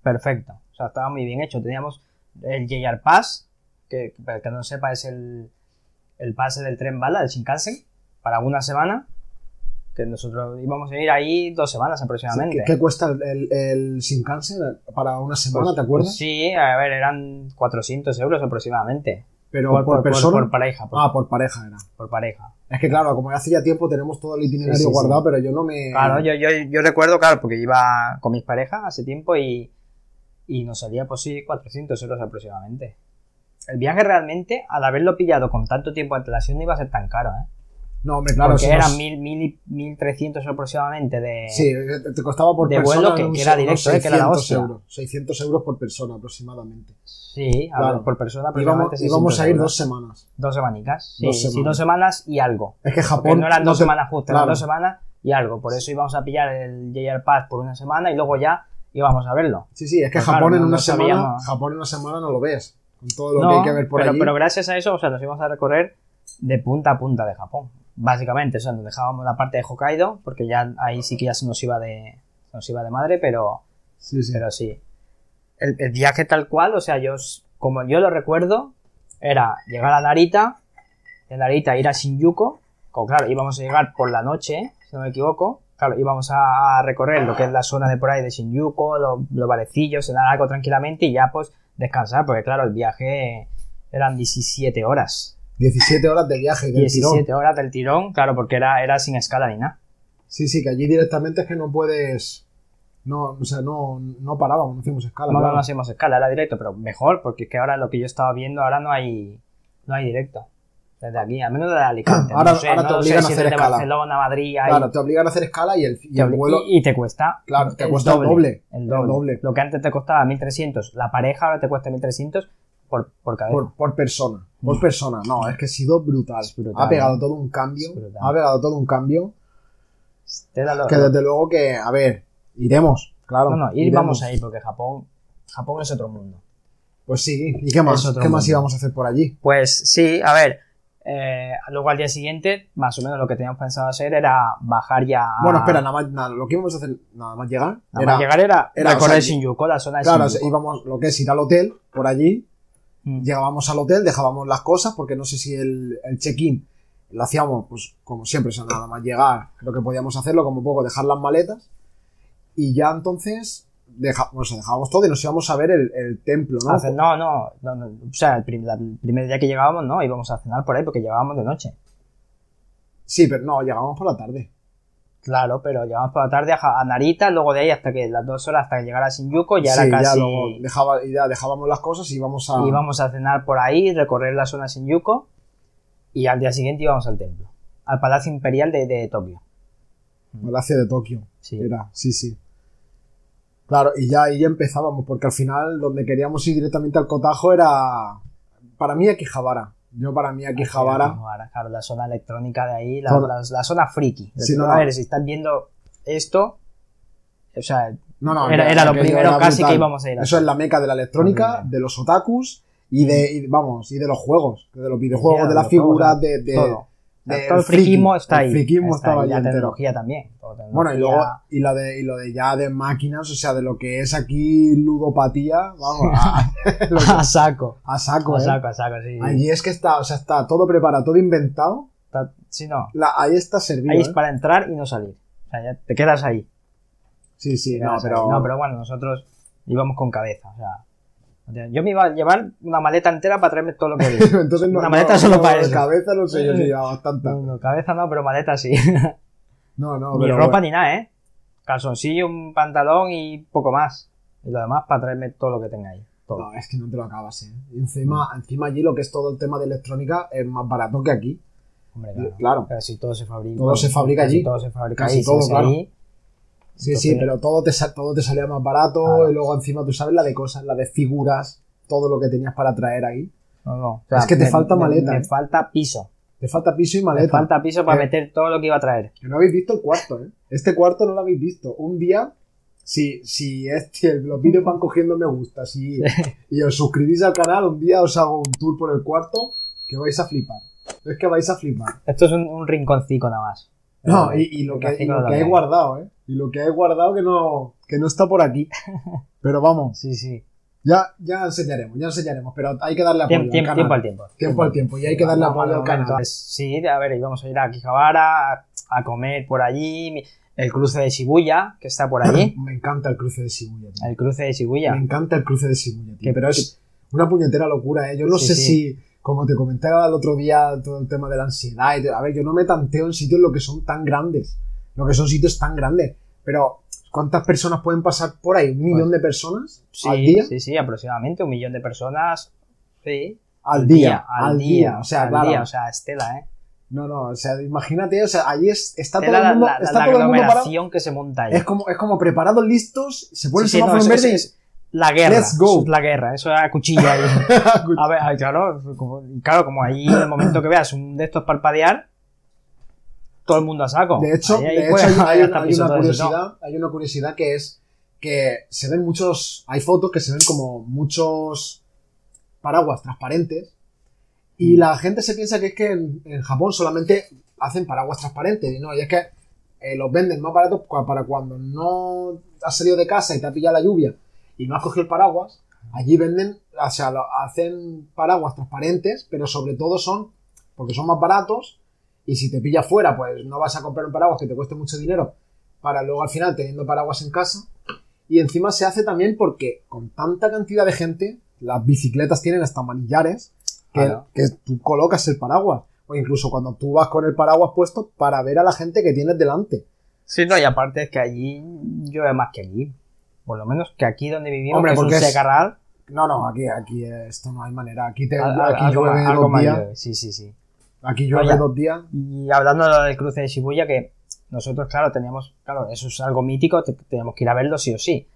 [SPEAKER 1] perfecto, o sea, estaba muy bien hecho. Teníamos el JR Pass, que para el que no sepa es el, el pase del tren bala, del Shinkansen, para una semana, que nosotros íbamos a ir ahí dos semanas aproximadamente.
[SPEAKER 3] ¿Qué, qué cuesta el, el, el Shinkansen para una semana,
[SPEAKER 1] Pues-
[SPEAKER 3] te acuerdas?
[SPEAKER 1] pues sí, a ver, eran 400 euros aproximadamente.
[SPEAKER 3] Pero por, persona.
[SPEAKER 1] por pareja, por,
[SPEAKER 3] ah, por pareja era.
[SPEAKER 1] por pareja.
[SPEAKER 3] Es que claro, como hace ya tiempo tenemos todo el itinerario
[SPEAKER 1] Sí, sí, sí.
[SPEAKER 3] guardado, pero yo no me.
[SPEAKER 1] Claro, yo, yo, yo recuerdo, claro, porque iba con mis parejas hace tiempo y, y nos salía, pues sí, 400 euros aproximadamente. El viaje realmente, al haberlo pillado con tanto tiempo de antelación, no iba a ser tan caro, ¿eh?
[SPEAKER 3] No, hombre, claro.
[SPEAKER 1] porque
[SPEAKER 3] si
[SPEAKER 1] eran
[SPEAKER 3] nos-
[SPEAKER 1] 1000, 1000 1300 aproximadamente de...
[SPEAKER 3] Sí, te- te costaba por
[SPEAKER 1] de
[SPEAKER 3] persona.
[SPEAKER 1] vuelo que-
[SPEAKER 3] unos-
[SPEAKER 1] que era
[SPEAKER 3] unos
[SPEAKER 1] directo, eh, que era la
[SPEAKER 3] 600
[SPEAKER 1] hostia.
[SPEAKER 3] euros, 600 euros por persona aproximadamente.
[SPEAKER 1] Sí, a
[SPEAKER 3] Claro.
[SPEAKER 1] ver, por persona aproximadamente
[SPEAKER 3] Íbamos, íbamos
[SPEAKER 1] 600
[SPEAKER 3] a ir
[SPEAKER 1] euros.
[SPEAKER 3] dos semanas.
[SPEAKER 1] Dos semanicas. Sí,
[SPEAKER 3] Dos
[SPEAKER 1] sí,
[SPEAKER 3] semanas.
[SPEAKER 1] dos semanas y algo.
[SPEAKER 3] Es que
[SPEAKER 1] Porque
[SPEAKER 3] Japón.
[SPEAKER 1] no eran dos
[SPEAKER 3] te-
[SPEAKER 1] semanas justas,
[SPEAKER 3] claro.
[SPEAKER 1] eran dos semanas y algo. Por eso íbamos a pillar el JR Pass por una semana y luego ya íbamos a verlo.
[SPEAKER 3] Sí, sí, es que
[SPEAKER 1] Pues
[SPEAKER 3] Japón
[SPEAKER 1] claro,
[SPEAKER 3] en
[SPEAKER 1] no-
[SPEAKER 3] una
[SPEAKER 1] no
[SPEAKER 3] semana.
[SPEAKER 1] sabíamos.
[SPEAKER 3] Japón en una semana no lo ves. Con todo lo
[SPEAKER 1] No,
[SPEAKER 3] que hay que ver por
[SPEAKER 1] pero,
[SPEAKER 3] allí.
[SPEAKER 1] pero gracias a eso, o sea, nos íbamos a recorrer de punta a punta de Japón. Básicamente, o sea, nos dejábamos la parte de Hokkaido, porque ya ahí sí que ya se nos iba de, se nos iba de madre, pero,
[SPEAKER 3] sí, sí.
[SPEAKER 1] pero sí. El, el viaje tal cual, o sea, yo, s- como yo lo recuerdo, era llegar a Narita, de Narita ir a Shinjuku, como claro, íbamos a llegar por la noche, si no me equivoco, claro, íbamos a, a recorrer lo que es la zona de por ahí de Shinjuku, lo- los barecillos, cenar algo tranquilamente y ya pues descansar, porque claro, el viaje eran 17 horas.
[SPEAKER 3] 17 horas de viaje y del
[SPEAKER 1] 17
[SPEAKER 3] tirón.
[SPEAKER 1] horas del tirón, claro, porque era, era sin escala ni nada.
[SPEAKER 3] Sí, sí, que allí directamente es que no puedes. No, o sea, no, no parábamos, no hicimos escala.
[SPEAKER 1] No, no,
[SPEAKER 3] claro.
[SPEAKER 1] no hacemos escala, era directo, pero mejor, porque es que ahora lo que yo estaba viendo, ahora no hay, no hay directo. Desde aquí, al menos de Alicante.
[SPEAKER 3] Ahora-
[SPEAKER 1] no sé, no
[SPEAKER 3] ahora te
[SPEAKER 1] sé
[SPEAKER 3] obligan a
[SPEAKER 1] si
[SPEAKER 3] hacer
[SPEAKER 1] desde
[SPEAKER 3] escala.
[SPEAKER 1] Barcelona, Madrid, hay-
[SPEAKER 3] Claro, te obligan a hacer escala y el, y
[SPEAKER 1] te
[SPEAKER 3] el
[SPEAKER 1] obli-
[SPEAKER 3] vuelo.
[SPEAKER 1] y, y te cuesta.
[SPEAKER 3] Claro, te
[SPEAKER 1] el
[SPEAKER 3] cuesta el doble,
[SPEAKER 1] El doble.
[SPEAKER 3] el doble.
[SPEAKER 1] Lo que antes te costaba 1300, la pareja ahora te cuesta 1300 por, por cabeza.
[SPEAKER 3] Por, por persona. Por persona. No, es que ha sido brutal.
[SPEAKER 1] Mm. Es brutal,
[SPEAKER 3] Ha pegado
[SPEAKER 1] ¿eh?
[SPEAKER 3] todo un cambio.
[SPEAKER 1] Es brutal.
[SPEAKER 3] Ha pegado todo un cambio.
[SPEAKER 1] Te da lo-
[SPEAKER 3] Que desde luego que, a ver, iremos. Claro.
[SPEAKER 1] no, no, ir
[SPEAKER 3] iremos.
[SPEAKER 1] vamos a ir, porque Japón, Japón es otro mundo.
[SPEAKER 3] Pues sí. ¿Y qué más?
[SPEAKER 1] Es otro
[SPEAKER 3] ¿Qué más
[SPEAKER 1] mundo.
[SPEAKER 3] íbamos a hacer por allí?
[SPEAKER 1] Pues sí, a ver. eh, luego al día siguiente, más o menos lo que teníamos pensado hacer era bajar ya. a-
[SPEAKER 3] Bueno, espera, nada más, nada, lo que íbamos a hacer nada más llegar.
[SPEAKER 1] Ah. Nada
[SPEAKER 3] era-
[SPEAKER 1] más llegar era,
[SPEAKER 3] era,
[SPEAKER 1] recorrer
[SPEAKER 3] o sea,
[SPEAKER 1] Shinjuku, la zona de
[SPEAKER 3] Claro, o sea,
[SPEAKER 1] Shinjuku.
[SPEAKER 3] íbamos lo que es ir al hotel, por allí,
[SPEAKER 1] Mm.
[SPEAKER 3] llegábamos al hotel, dejábamos las cosas, porque no sé si el, el check-in lo hacíamos, pues como siempre, o sea, nada más llegar, lo que podíamos hacerlo, como poco, dejar las maletas, y ya entonces deja, o sea, dejábamos todo y nos íbamos a ver el, el templo, ¿no?
[SPEAKER 1] A cenar- ¿no? no, no, no, o sea, el, prim- la- el primer día que llegábamos, no, íbamos a cenar por ahí porque llegábamos de noche.
[SPEAKER 3] Sí, pero no, llegábamos por la tarde.
[SPEAKER 1] Claro, pero llegábamos por la tarde a, Ja- a Narita, luego de ahí hasta que las dos horas hasta que llegara Shinjuku, ya
[SPEAKER 3] Sí,
[SPEAKER 1] era casi.
[SPEAKER 3] luego dejaba, y ya dejábamos las cosas y íbamos a...
[SPEAKER 1] Íbamos a cenar por ahí, recorrer la zona de Shinjuku y al día siguiente íbamos al templo, al Palacio Imperial de, de Tokio.
[SPEAKER 3] Palacio de Tokio.
[SPEAKER 1] Sí.
[SPEAKER 3] Era, sí, sí. Claro, y ya ahí empezábamos, porque al final donde queríamos ir directamente al cotajo era. Para mí, Akihabara. Yo, para mí, Akihabara.
[SPEAKER 1] Akihabara, claro, la zona electrónica de ahí, la,
[SPEAKER 3] Zona-
[SPEAKER 1] la- la zona friki.
[SPEAKER 3] Sí, no,
[SPEAKER 1] a
[SPEAKER 3] no.
[SPEAKER 1] ver, si estás viendo esto, o sea,
[SPEAKER 3] No, no,
[SPEAKER 1] Era-
[SPEAKER 3] ya,
[SPEAKER 1] era lo
[SPEAKER 3] aquello
[SPEAKER 1] primero casi
[SPEAKER 3] brutal.
[SPEAKER 1] que íbamos a ir a
[SPEAKER 3] Eso es la meca de la electrónica,
[SPEAKER 1] Horrible.
[SPEAKER 3] de los otakus y de, y, vamos, y de los juegos, de los videojuegos,
[SPEAKER 1] Sí,
[SPEAKER 3] de
[SPEAKER 1] de
[SPEAKER 3] las
[SPEAKER 1] los juegos,
[SPEAKER 3] figuras,
[SPEAKER 1] de
[SPEAKER 3] de. de-
[SPEAKER 1] todo.
[SPEAKER 3] de-
[SPEAKER 1] todo el friquismo
[SPEAKER 3] friki.
[SPEAKER 1] está ahí.
[SPEAKER 3] El
[SPEAKER 1] Está
[SPEAKER 3] friquismo
[SPEAKER 1] ahí,
[SPEAKER 3] estaba ahí
[SPEAKER 1] la
[SPEAKER 3] entero.
[SPEAKER 1] tecnología también. todo
[SPEAKER 3] Bueno, y luego,
[SPEAKER 1] tecnología.
[SPEAKER 3] y, la de, y lo de ya de máquinas, o sea, de lo que es aquí ludopatía, vamos, a,
[SPEAKER 1] a saco.
[SPEAKER 3] a saco,
[SPEAKER 1] A
[SPEAKER 3] ¿eh?
[SPEAKER 1] saco, a saco, sí.
[SPEAKER 3] Allí es que está, o sea, está todo preparado, todo inventado.
[SPEAKER 1] Está- sí, no.
[SPEAKER 3] La- ahí está servido.
[SPEAKER 1] Ahí es
[SPEAKER 3] ¿eh?
[SPEAKER 1] para entrar y no salir. O sea, ya te quedas ahí.
[SPEAKER 3] Sí, sí,
[SPEAKER 1] te
[SPEAKER 3] no,
[SPEAKER 1] quedas
[SPEAKER 3] pero,
[SPEAKER 1] ahí. No, pero bueno, nosotros íbamos con cabeza. O sea, o sea, yo me iba a llevar una maleta entera para traerme todo lo que vi.
[SPEAKER 3] Entonces no,
[SPEAKER 1] Una maleta solo para eso. Mm.
[SPEAKER 3] cabeza no sé yo si llevaba tanta.
[SPEAKER 1] No, no, cabeza no, pero maleta sí.
[SPEAKER 3] No, no,
[SPEAKER 1] ni
[SPEAKER 3] pero
[SPEAKER 1] ropa
[SPEAKER 3] bueno.
[SPEAKER 1] ni nada, ¿eh? Calzoncillo, un pantalón y poco más. Y lo demás para traerme todo lo que tenga ahí. Todo.
[SPEAKER 3] No, es que no te lo acabas, ¿eh? Y Encima, encima allí lo que es todo el tema de electrónica es más barato que aquí.
[SPEAKER 1] Hombre, claro.
[SPEAKER 3] Claro.
[SPEAKER 1] Casi todo se fabrica.
[SPEAKER 3] Todo se fabrica
[SPEAKER 1] casi
[SPEAKER 3] allí.
[SPEAKER 1] Todo se fabrica
[SPEAKER 3] Casi
[SPEAKER 1] ahí, se
[SPEAKER 3] todo,
[SPEAKER 1] hace
[SPEAKER 3] claro.
[SPEAKER 1] ahí.
[SPEAKER 3] Sí, sí, pero todo te, sa- todo te salía más barato
[SPEAKER 1] Claro.
[SPEAKER 3] y luego encima tú sabes la de cosas, la de figuras, todo lo que tenías para traer ahí.
[SPEAKER 1] No, no. O
[SPEAKER 3] Es que te falta maleta,
[SPEAKER 1] Me,
[SPEAKER 3] ¿eh?
[SPEAKER 1] falta piso.
[SPEAKER 3] Te falta piso y
[SPEAKER 1] Me
[SPEAKER 3] maleta.
[SPEAKER 1] falta piso para
[SPEAKER 3] Eh.
[SPEAKER 1] meter todo lo que iba a traer.
[SPEAKER 3] Que no habéis visto el cuarto, ¿eh? Este cuarto no lo habéis visto. Un día, si, si este, los vídeos van cogiendo me gusta si, y os suscribís al canal, un día os hago un tour por el cuarto que vais a flipar. Es que vais a flipar.
[SPEAKER 1] Esto es un, un rinconcito nada más. Eh,
[SPEAKER 3] No,
[SPEAKER 1] Pero-
[SPEAKER 3] y, y lo que, y
[SPEAKER 1] rinconcito
[SPEAKER 3] lo que
[SPEAKER 1] también.
[SPEAKER 3] hay guardado, ¿eh? Y lo que hay guardado que no, que no está por aquí. Pero vamos,
[SPEAKER 1] Sí, sí.
[SPEAKER 3] ya, ya enseñaremos, ya enseñaremos. Pero hay que darle apoyo
[SPEAKER 1] Tiem- tiem- tiempo
[SPEAKER 3] al pues, canal.
[SPEAKER 1] al tiempo.
[SPEAKER 3] Tiempo al tiempo. Y hay que darle
[SPEAKER 1] Vamos
[SPEAKER 3] apoyo
[SPEAKER 1] al
[SPEAKER 3] al canal.
[SPEAKER 1] momento. Pues Sí, a ver, íbamos a ir a Akihabara a, a comer por allí. mi- El cruce de Shibuya, que está por allí.
[SPEAKER 3] Me encanta el cruce de Shibuya. tío.
[SPEAKER 1] El cruce de
[SPEAKER 3] Me
[SPEAKER 1] Shibuya.
[SPEAKER 3] encanta el cruce de Shibuya, tío.
[SPEAKER 1] Que-
[SPEAKER 3] Pero es una puñetera locura, ¿eh? Yo no
[SPEAKER 1] Sí,
[SPEAKER 3] sé
[SPEAKER 1] sí.
[SPEAKER 3] si, como te comentaba el otro día, todo el tema de la ansiedad. y todo- A ver, yo no me tanteo en sitios lo que son tan grandes. Lo que son sitios tan grandes. Pero, ¿cuántas personas pueden pasar por ahí? ¿Un
[SPEAKER 1] Pues
[SPEAKER 3] millón de personas? ¿Al
[SPEAKER 1] Sí,
[SPEAKER 3] día?
[SPEAKER 1] sí, sí, aproximadamente un millón de personas. Sí.
[SPEAKER 3] Al día. Al día. O sea,
[SPEAKER 1] al
[SPEAKER 3] claro.
[SPEAKER 1] día, o sea, Estela, ¿eh?
[SPEAKER 3] No, no, o sea, imagínate, o sea, ahí es- está todo
[SPEAKER 1] Estela,
[SPEAKER 3] el
[SPEAKER 1] la,
[SPEAKER 3] mundo,
[SPEAKER 1] la- la-
[SPEAKER 3] está
[SPEAKER 1] la
[SPEAKER 3] todo el mundo parado.
[SPEAKER 1] aglomeración que se monta ahí.
[SPEAKER 3] Es como, es como preparados, listos, se pone
[SPEAKER 1] Sí,
[SPEAKER 3] el
[SPEAKER 1] sí, no,
[SPEAKER 3] semáforo en
[SPEAKER 1] eso-
[SPEAKER 3] verde y-
[SPEAKER 1] eso es la guerra.
[SPEAKER 3] Let's go.
[SPEAKER 1] eso es la guerra, eso es cuchilla ahí. A ver, ay, claro, como, y claro, como ahí en el momento que veas un de estos parpadear, todo el mundo a saco.
[SPEAKER 3] De hecho,
[SPEAKER 1] Ahí- ahí
[SPEAKER 3] de hecho,
[SPEAKER 1] puede-
[SPEAKER 3] hay, hay
[SPEAKER 1] ahí
[SPEAKER 3] una-
[SPEAKER 1] hasta
[SPEAKER 3] hay
[SPEAKER 1] piso
[SPEAKER 3] una
[SPEAKER 1] todo eso, ¿no?
[SPEAKER 3] curiosidad, hay una curiosidad que es que se ven muchos, hay fotos que se ven como muchos paraguas transparentes
[SPEAKER 1] Mm.
[SPEAKER 3] y la gente se piensa que es que en, en Japón solamente hacen paraguas transparentes y no, y es que eh, los venden más baratos cua- para cuando no has salido de casa y te ha pillado la lluvia y no has cogido el paraguas, allí venden, o sea, lo- hacen paraguas transparentes, pero sobre todo son, porque son más baratos, y si te pilla fuera, pues no vas a comprar un paraguas que te cueste mucho dinero para luego al final teniendo paraguas en casa. Y encima se hace también porque con tanta cantidad de gente, las bicicletas tienen hasta manillares que,
[SPEAKER 1] Claro.
[SPEAKER 3] que tú colocas el paraguas. O incluso cuando tú vas con el paraguas puesto para ver a la gente que tienes delante.
[SPEAKER 1] Sí, no, y aparte es que allí llueve más que aquí. Por lo menos que aquí donde vivimos,
[SPEAKER 3] Hombre,
[SPEAKER 1] que es un
[SPEAKER 3] porque es-
[SPEAKER 1] secarral,
[SPEAKER 3] No, no, aquí, aquí esto no hay manera. Aquí, te,
[SPEAKER 1] al- al-
[SPEAKER 3] aquí
[SPEAKER 1] algo
[SPEAKER 3] llueve
[SPEAKER 1] más- algo
[SPEAKER 3] dos
[SPEAKER 1] más
[SPEAKER 3] días.
[SPEAKER 1] llueve. Sí, sí, sí.
[SPEAKER 3] Aquí llueve
[SPEAKER 1] Vaya.
[SPEAKER 3] dos días.
[SPEAKER 1] Y hablando de lo del cruce de Shibuya, que nosotros, claro, teníamos, claro, eso es algo mítico, te- teníamos que ir a verlo sí o sí.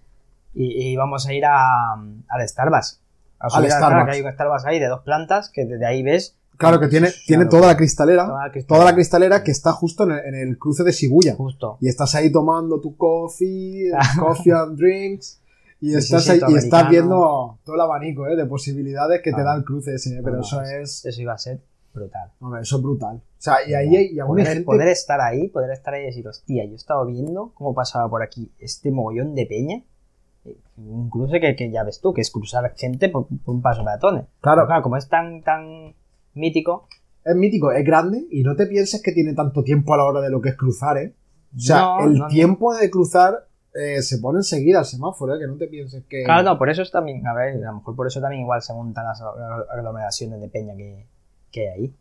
[SPEAKER 1] Y, y íbamos a ir a, al Starbucks. A subir al Starbucks.
[SPEAKER 3] Starbucks.
[SPEAKER 1] que hay un Starbucks ahí de dos plantas, que desde ahí ves
[SPEAKER 3] Claro que tiene,
[SPEAKER 1] Claro.
[SPEAKER 3] tiene toda la cristalera.
[SPEAKER 1] toda la cristalera.
[SPEAKER 3] Toda la cristalera que está justo en el, en el cruce de Shibuya.
[SPEAKER 1] Justo.
[SPEAKER 3] y estás ahí tomando tu coffee, coffee and drinks, y
[SPEAKER 1] Sí,
[SPEAKER 3] estás
[SPEAKER 1] sí,
[SPEAKER 3] ahí,
[SPEAKER 1] todo
[SPEAKER 3] y estás
[SPEAKER 1] americano.
[SPEAKER 3] viendo todo el abanico ¿eh? de posibilidades que te
[SPEAKER 1] Ah.
[SPEAKER 3] da el cruce ese, ¿eh? pero
[SPEAKER 1] No,
[SPEAKER 3] eso
[SPEAKER 1] no,
[SPEAKER 3] es,
[SPEAKER 1] Eso iba a ser brutal.
[SPEAKER 3] hombre, eso es brutal. O sea, y ahí hay- y aún hay
[SPEAKER 1] poder,
[SPEAKER 3] gente,
[SPEAKER 1] poder estar ahí, poder estar ahí y decir, hostia, yo estaba viendo cómo pasaba por aquí este mogollón de peña. eh, Un cruce que, que ya ves tú, que es cruzar gente por, por un paso de peatones. Pero
[SPEAKER 3] claro,
[SPEAKER 1] claro, como es tan, tan mítico,
[SPEAKER 3] es mítico, es grande y no te pienses que tiene tanto tiempo a la hora de lo que es cruzar, ¿eh? O sea,
[SPEAKER 1] No,
[SPEAKER 3] el
[SPEAKER 1] no, no.
[SPEAKER 3] tiempo de cruzar eh, se pone enseguida al semáforo, ¿eh? que no te pienses que...
[SPEAKER 1] Claro, no, por eso es también, a ver, a lo mejor por eso también igual se montan las aglomeraciones de peña que, que hay ahí.